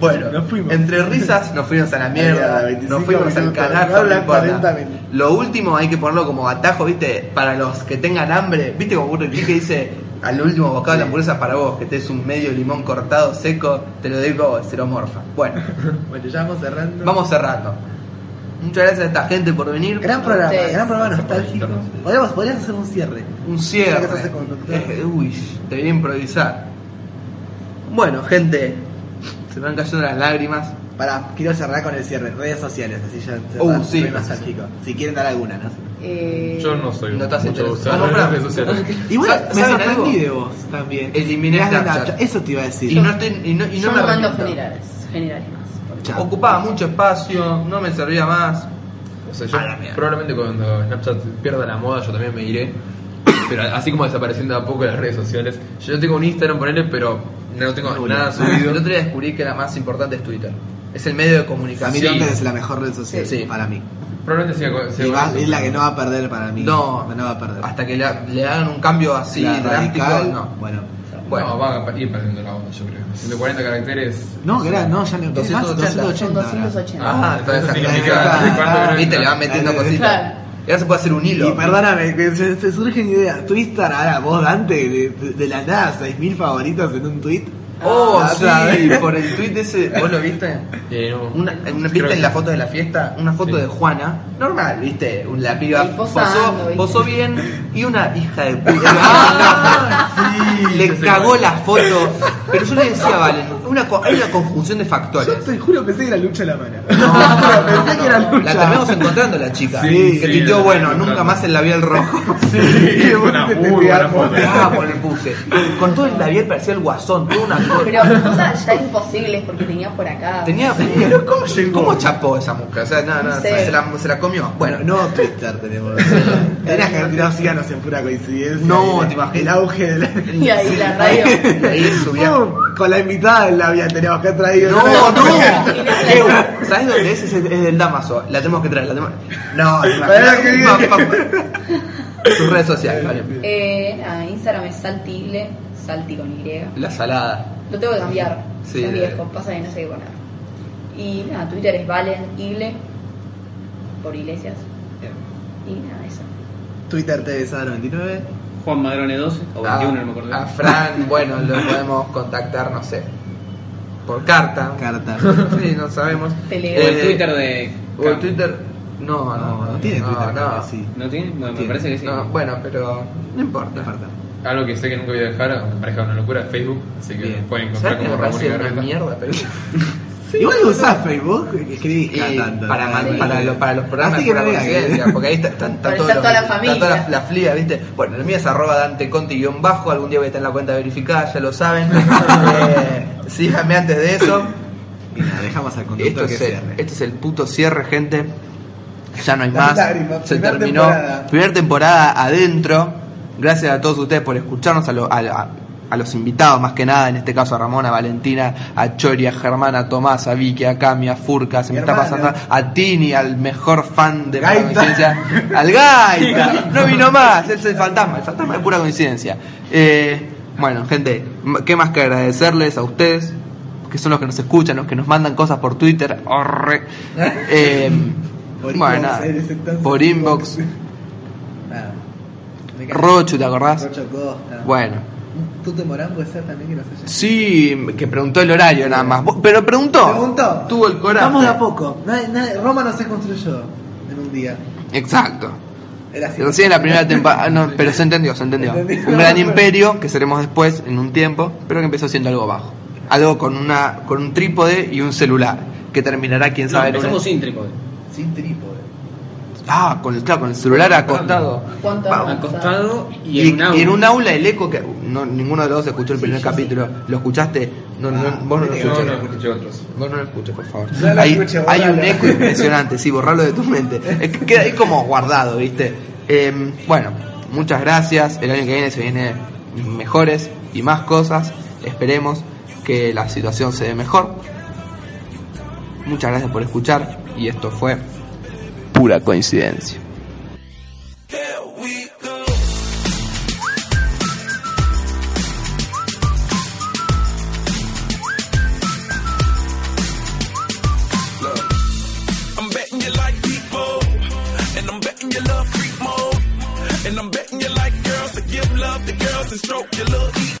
Speaker 3: Bueno,
Speaker 4: Nos fuimos.
Speaker 3: entre risas nos fuimos a la
Speaker 4: Ahí va,
Speaker 3: mierda,
Speaker 4: 25
Speaker 3: nos fuimos al
Speaker 4: minutos,
Speaker 3: canasto, no
Speaker 4: hablan
Speaker 3: importa.
Speaker 4: 40 minutos.
Speaker 3: Lo último hay que ponerlo como atajo, ¿viste? Para los que tengan hambre, ¿viste? Como Burger King que dice al último bocado de la hamburguesa para vos, que te es un medio limón cortado, seco, te lo digo, se lo morfa. Bueno,
Speaker 4: Bueno, ya vamos cerrando.
Speaker 3: vamos cerrando. Muchas gracias a esta gente por venir.
Speaker 4: Gran programa,
Speaker 7: Sí.
Speaker 4: gran programa nostálgico. Podríamos, podríamos hacer un cierre.
Speaker 3: Un cierre.
Speaker 4: Ya que sos el conductor.
Speaker 3: Eh, Uy, te voy a improvisar. Bueno, gente, se me van cayendo las lágrimas.
Speaker 4: Para, quiero cerrar con el cierre. Redes sociales, así ya
Speaker 3: Uh,
Speaker 4: cerramos.
Speaker 3: sí,
Speaker 4: Soy
Speaker 3: sí,
Speaker 4: nostálgico. Si quieren dar alguna, ¿no?
Speaker 7: Eh,
Speaker 5: Yo no soy
Speaker 3: No te has
Speaker 5: mucho
Speaker 3: interesado.
Speaker 5: usar
Speaker 3: Ah, no, pará.
Speaker 5: las redes sociales.
Speaker 4: Igual
Speaker 3: ¿Saben
Speaker 4: me
Speaker 3: algo?
Speaker 4: sorprendí de vos también.
Speaker 3: Eliminé
Speaker 4: Mirás la
Speaker 3: Snapchat.
Speaker 4: Nacha, Eso te iba a decir.
Speaker 3: Y no, estoy- y no, y no
Speaker 7: yo
Speaker 3: me
Speaker 7: no mando
Speaker 3: arrepiento.
Speaker 7: generales. Generales más. porque-
Speaker 4: Chao.
Speaker 3: Ocupaba mucho espacio, no me servía más.
Speaker 5: O sea, yo
Speaker 3: A la mierda.
Speaker 5: probablemente cuando Snapchat pierda la moda, yo también me iré. Pero así como desapareciendo de a poco las redes sociales. Yo tengo un Instagram, ponele, pero no tengo
Speaker 4: Nula.
Speaker 5: nada
Speaker 3: El
Speaker 5: subido.
Speaker 3: otro día descubrí que la más importante es Twitter. Es el medio de
Speaker 4: A mí
Speaker 3: comunicación.
Speaker 4: Twitter es la mejor red social
Speaker 3: Sí.
Speaker 4: para mí.
Speaker 5: Probablemente sea, sea
Speaker 4: Y va-
Speaker 5: bueno.
Speaker 4: es la que no va a perder para mí.
Speaker 3: No,
Speaker 4: no va a perder.
Speaker 3: Hasta que la- le, hagan un cambio así
Speaker 4: La
Speaker 3: drástico,
Speaker 4: radical,
Speaker 3: no.
Speaker 4: bueno.
Speaker 3: Bueno,
Speaker 5: No, va a ir perdiendo la onda, yo creo. 140 caracteres.
Speaker 4: No, que era, no, ya no.
Speaker 3: 280.
Speaker 4: 280.
Speaker 7: Son
Speaker 4: ahora.
Speaker 7: 280.
Speaker 3: Ah, entonces
Speaker 5: Eso
Speaker 3: acá-
Speaker 5: significa
Speaker 3: acá-
Speaker 5: tres cuartos de hora.
Speaker 3: Viste, le van metiendo
Speaker 4: Claro.
Speaker 3: cositas. Y ahora se puede hacer un hilo.
Speaker 4: Y perdóname, que se, se surgen ideas. Twitter, ahora vos, Dante, de, de- de la nada, 6.000 favoritos en un tweet.
Speaker 3: Oh,
Speaker 4: Ah,
Speaker 3: sí,
Speaker 4: ¿sabes?
Speaker 3: por el tweet ese, ¿vos lo viste?
Speaker 5: Eh, no.
Speaker 3: Una, una-
Speaker 5: Creo
Speaker 3: ¿Viste
Speaker 5: que-
Speaker 3: en la foto de la fiesta? Una foto
Speaker 5: Sí.
Speaker 3: de Juana, normal, ¿viste? Un- La piba
Speaker 7: Ahí posando,
Speaker 3: posó,
Speaker 7: ¿viste?
Speaker 3: posó bien y una hija de puta.
Speaker 5: yo
Speaker 3: le
Speaker 5: sé
Speaker 3: cagó
Speaker 5: cuál.
Speaker 3: la foto. Pero yo le decía, Valen, una, co- hay una conjunción de factores.
Speaker 4: Yo te juro, pensé que era lucha la mano.
Speaker 3: No,
Speaker 4: pensé que era lucha.
Speaker 3: La terminamos encontrando la chica.
Speaker 5: Sí,
Speaker 3: que
Speaker 5: sí,
Speaker 3: tuiteó,
Speaker 5: la
Speaker 3: bueno,
Speaker 5: terminamos
Speaker 3: nunca
Speaker 5: encontrando.
Speaker 3: más el labial rojo.
Speaker 5: es
Speaker 4: vos
Speaker 5: una
Speaker 4: te- te-
Speaker 5: muy
Speaker 4: te
Speaker 5: buena
Speaker 4: armas.
Speaker 5: foto.
Speaker 3: Ah, por el puse. Con todo el labial parecía el guasón, toda una cosa.
Speaker 7: Pero cosas ya imposibles porque tenía por acá.
Speaker 3: Tenía, ¿cómo, ¿Cómo chapó esa mujer? O sea, nada, nada,
Speaker 7: Sí.
Speaker 3: se, la, se la comió.
Speaker 4: Bueno,
Speaker 3: Bueno,
Speaker 4: no Twitter tenemos. Tenías que haber tirado ciganos en pura coincidencia.
Speaker 3: No,
Speaker 4: El-
Speaker 3: te imaginas.
Speaker 4: El auge de la.
Speaker 7: Y ahí la radio.
Speaker 3: ahí subía.
Speaker 4: Pum, Con la invitada del labial teníamos que haber traído.
Speaker 3: No, no.
Speaker 7: Imagínate.
Speaker 3: ¿Sabes dónde es? Es el, es del Damaso. La tenemos que traer. La tenemos... No,
Speaker 4: Pará, qué bien.
Speaker 3: Sus redes sociales, vale.
Speaker 7: Eh, nada, Instagram es saltigle, salti con Y.
Speaker 3: La salada.
Speaker 7: Lo tengo que cambiar.
Speaker 3: Sí,
Speaker 7: es
Speaker 3: dale.
Speaker 7: viejo, pasa que no sé qué poner. Y nada, Twitter es Valen Igle, por iglesias. Y nada, eso.
Speaker 4: Twitter TV 99.
Speaker 6: Juan Madrone 12 o 21, no me acuerdo.
Speaker 3: a Ah, Fran, bueno, lo podemos contactar, no sé. Por carta.
Speaker 4: Carta.
Speaker 3: Sí, no sabemos.
Speaker 7: Telegram.
Speaker 6: o el
Speaker 3: Eh,
Speaker 6: Twitter de.
Speaker 3: O el Twitter. No, no,
Speaker 4: No,
Speaker 3: no.
Speaker 4: no tiene Twitter,
Speaker 3: no.
Speaker 4: creo que sí.
Speaker 6: ¿No tiene? Bueno, me
Speaker 4: Tiene.
Speaker 6: parece que sí.
Speaker 3: No, pues. bueno, pero no importa.
Speaker 4: Carta.
Speaker 5: Algo que sé que nunca voy a dejar, aunque parezca una locura, es Facebook. Así que
Speaker 4: Bien.
Speaker 5: pueden encontrar
Speaker 3: ¿Sabes que
Speaker 5: como
Speaker 3: me
Speaker 5: Ramón
Speaker 3: parece
Speaker 5: y
Speaker 3: una
Speaker 5: Garreta.
Speaker 3: mierda? Pero...
Speaker 4: Igual usás Facebook, escribís
Speaker 3: Y
Speaker 4: cada tanto.
Speaker 3: para,
Speaker 4: Cada
Speaker 3: man-
Speaker 4: tanto.
Speaker 3: para, lo- para los programas
Speaker 4: Así
Speaker 3: de
Speaker 4: que
Speaker 3: la
Speaker 4: no digas que-
Speaker 3: coincidencia, porque ahí está, está- está
Speaker 7: Ahí
Speaker 3: todo
Speaker 7: está
Speaker 3: lo-
Speaker 7: toda la
Speaker 3: Está toda la,
Speaker 7: familia.
Speaker 3: la flia, ¿viste? Bueno, el mío es arroba Dante Conti guión bajo, algún día voy a estar en la cuenta verificada, ya lo saben. eh, síganme antes de eso.
Speaker 4: Mira, dejamos al
Speaker 3: Esto
Speaker 4: conductor que
Speaker 3: es, el,
Speaker 4: cierre.
Speaker 3: este es el puto cierre, gente. Ya no hay
Speaker 4: Las
Speaker 3: más.
Speaker 4: lágrimas,
Speaker 3: Se
Speaker 4: primera
Speaker 3: terminó.
Speaker 4: temporada.
Speaker 3: Primera temporada adentro. Gracias a todos ustedes por escucharnos, a, lo- a- a- a los invitados más que nada, en este caso a Ramón, a Valentina, a Choria, a Germán, a Tomás, a Vicky, a Cami, a Furca, se me está
Speaker 4: Hermano.
Speaker 3: pasando a Tini, al mejor fan de
Speaker 4: Gaita.
Speaker 3: Pura Coincidencia, al Gaita, no vino más, es el fantasma, el fantasma de pura coincidencia. Eh, bueno, gente, m- ¿qué más que agradecerles a ustedes? que son los que nos escuchan, los que nos mandan cosas por Twitter. Arre. Eh,
Speaker 4: Por
Speaker 3: bueno,
Speaker 4: inbox,
Speaker 3: nada.
Speaker 4: eres entonces
Speaker 3: por inbox.
Speaker 4: Nada. Me cago.
Speaker 3: Rochu, ¿te acordás?
Speaker 4: Rocho Costa.
Speaker 3: Bueno.
Speaker 4: Tute Morán puede ser también que nos haya.
Speaker 3: Sí, que preguntó el horario nada más. Vos- Pero preguntó.
Speaker 4: Preguntó.
Speaker 3: Tuvo el coraje.
Speaker 4: Vamos de a poco. Nadie- nadie- Roma no se construyó en un día.
Speaker 3: Exacto.
Speaker 4: Era así.
Speaker 3: Recién la primera temporada. no, pero se entendió, se entendió.
Speaker 4: Entendí.
Speaker 3: Un gran imperio que seremos después en un tiempo, pero que empezó siendo algo bajo. Algo con una con un trípode y un celular. Que terminará, quién
Speaker 6: No,
Speaker 3: sabe. en una-
Speaker 6: empezamos sin trípode.
Speaker 4: Sin trípode.
Speaker 3: Ah, con el, claro, con el celular acostado.
Speaker 7: ¿Cuánto
Speaker 3: Vamos.
Speaker 7: avanzado?
Speaker 6: Acostado y,
Speaker 3: Y,
Speaker 6: en un auto.
Speaker 3: y en un aula el eco que no, ninguno de los dos escuchó el primer capítulo. ¿Lo escuchaste? No, no,
Speaker 4: Ah,
Speaker 3: vos no lo
Speaker 4: sí,
Speaker 5: Yo
Speaker 3: escuchaste.
Speaker 5: no escuché otros.
Speaker 3: Vos no lo escuches, por favor.
Speaker 4: No lo
Speaker 3: hay,
Speaker 4: escucho,
Speaker 3: hay un
Speaker 4: borralo.
Speaker 3: eco impresionante, sí, borralo de tu mente. Es que queda ahí como guardado, ¿viste? Em, bueno, muchas gracias. El año que viene se viene mejores y más cosas. Esperemos que la situación se dé mejor. Muchas gracias por escuchar y esto fue pura coincidencia.
Speaker 9: I'm betting you like people, and I'm betting you love freak mode, and I'm betting you like girls to give love to girls and stroke your little ego.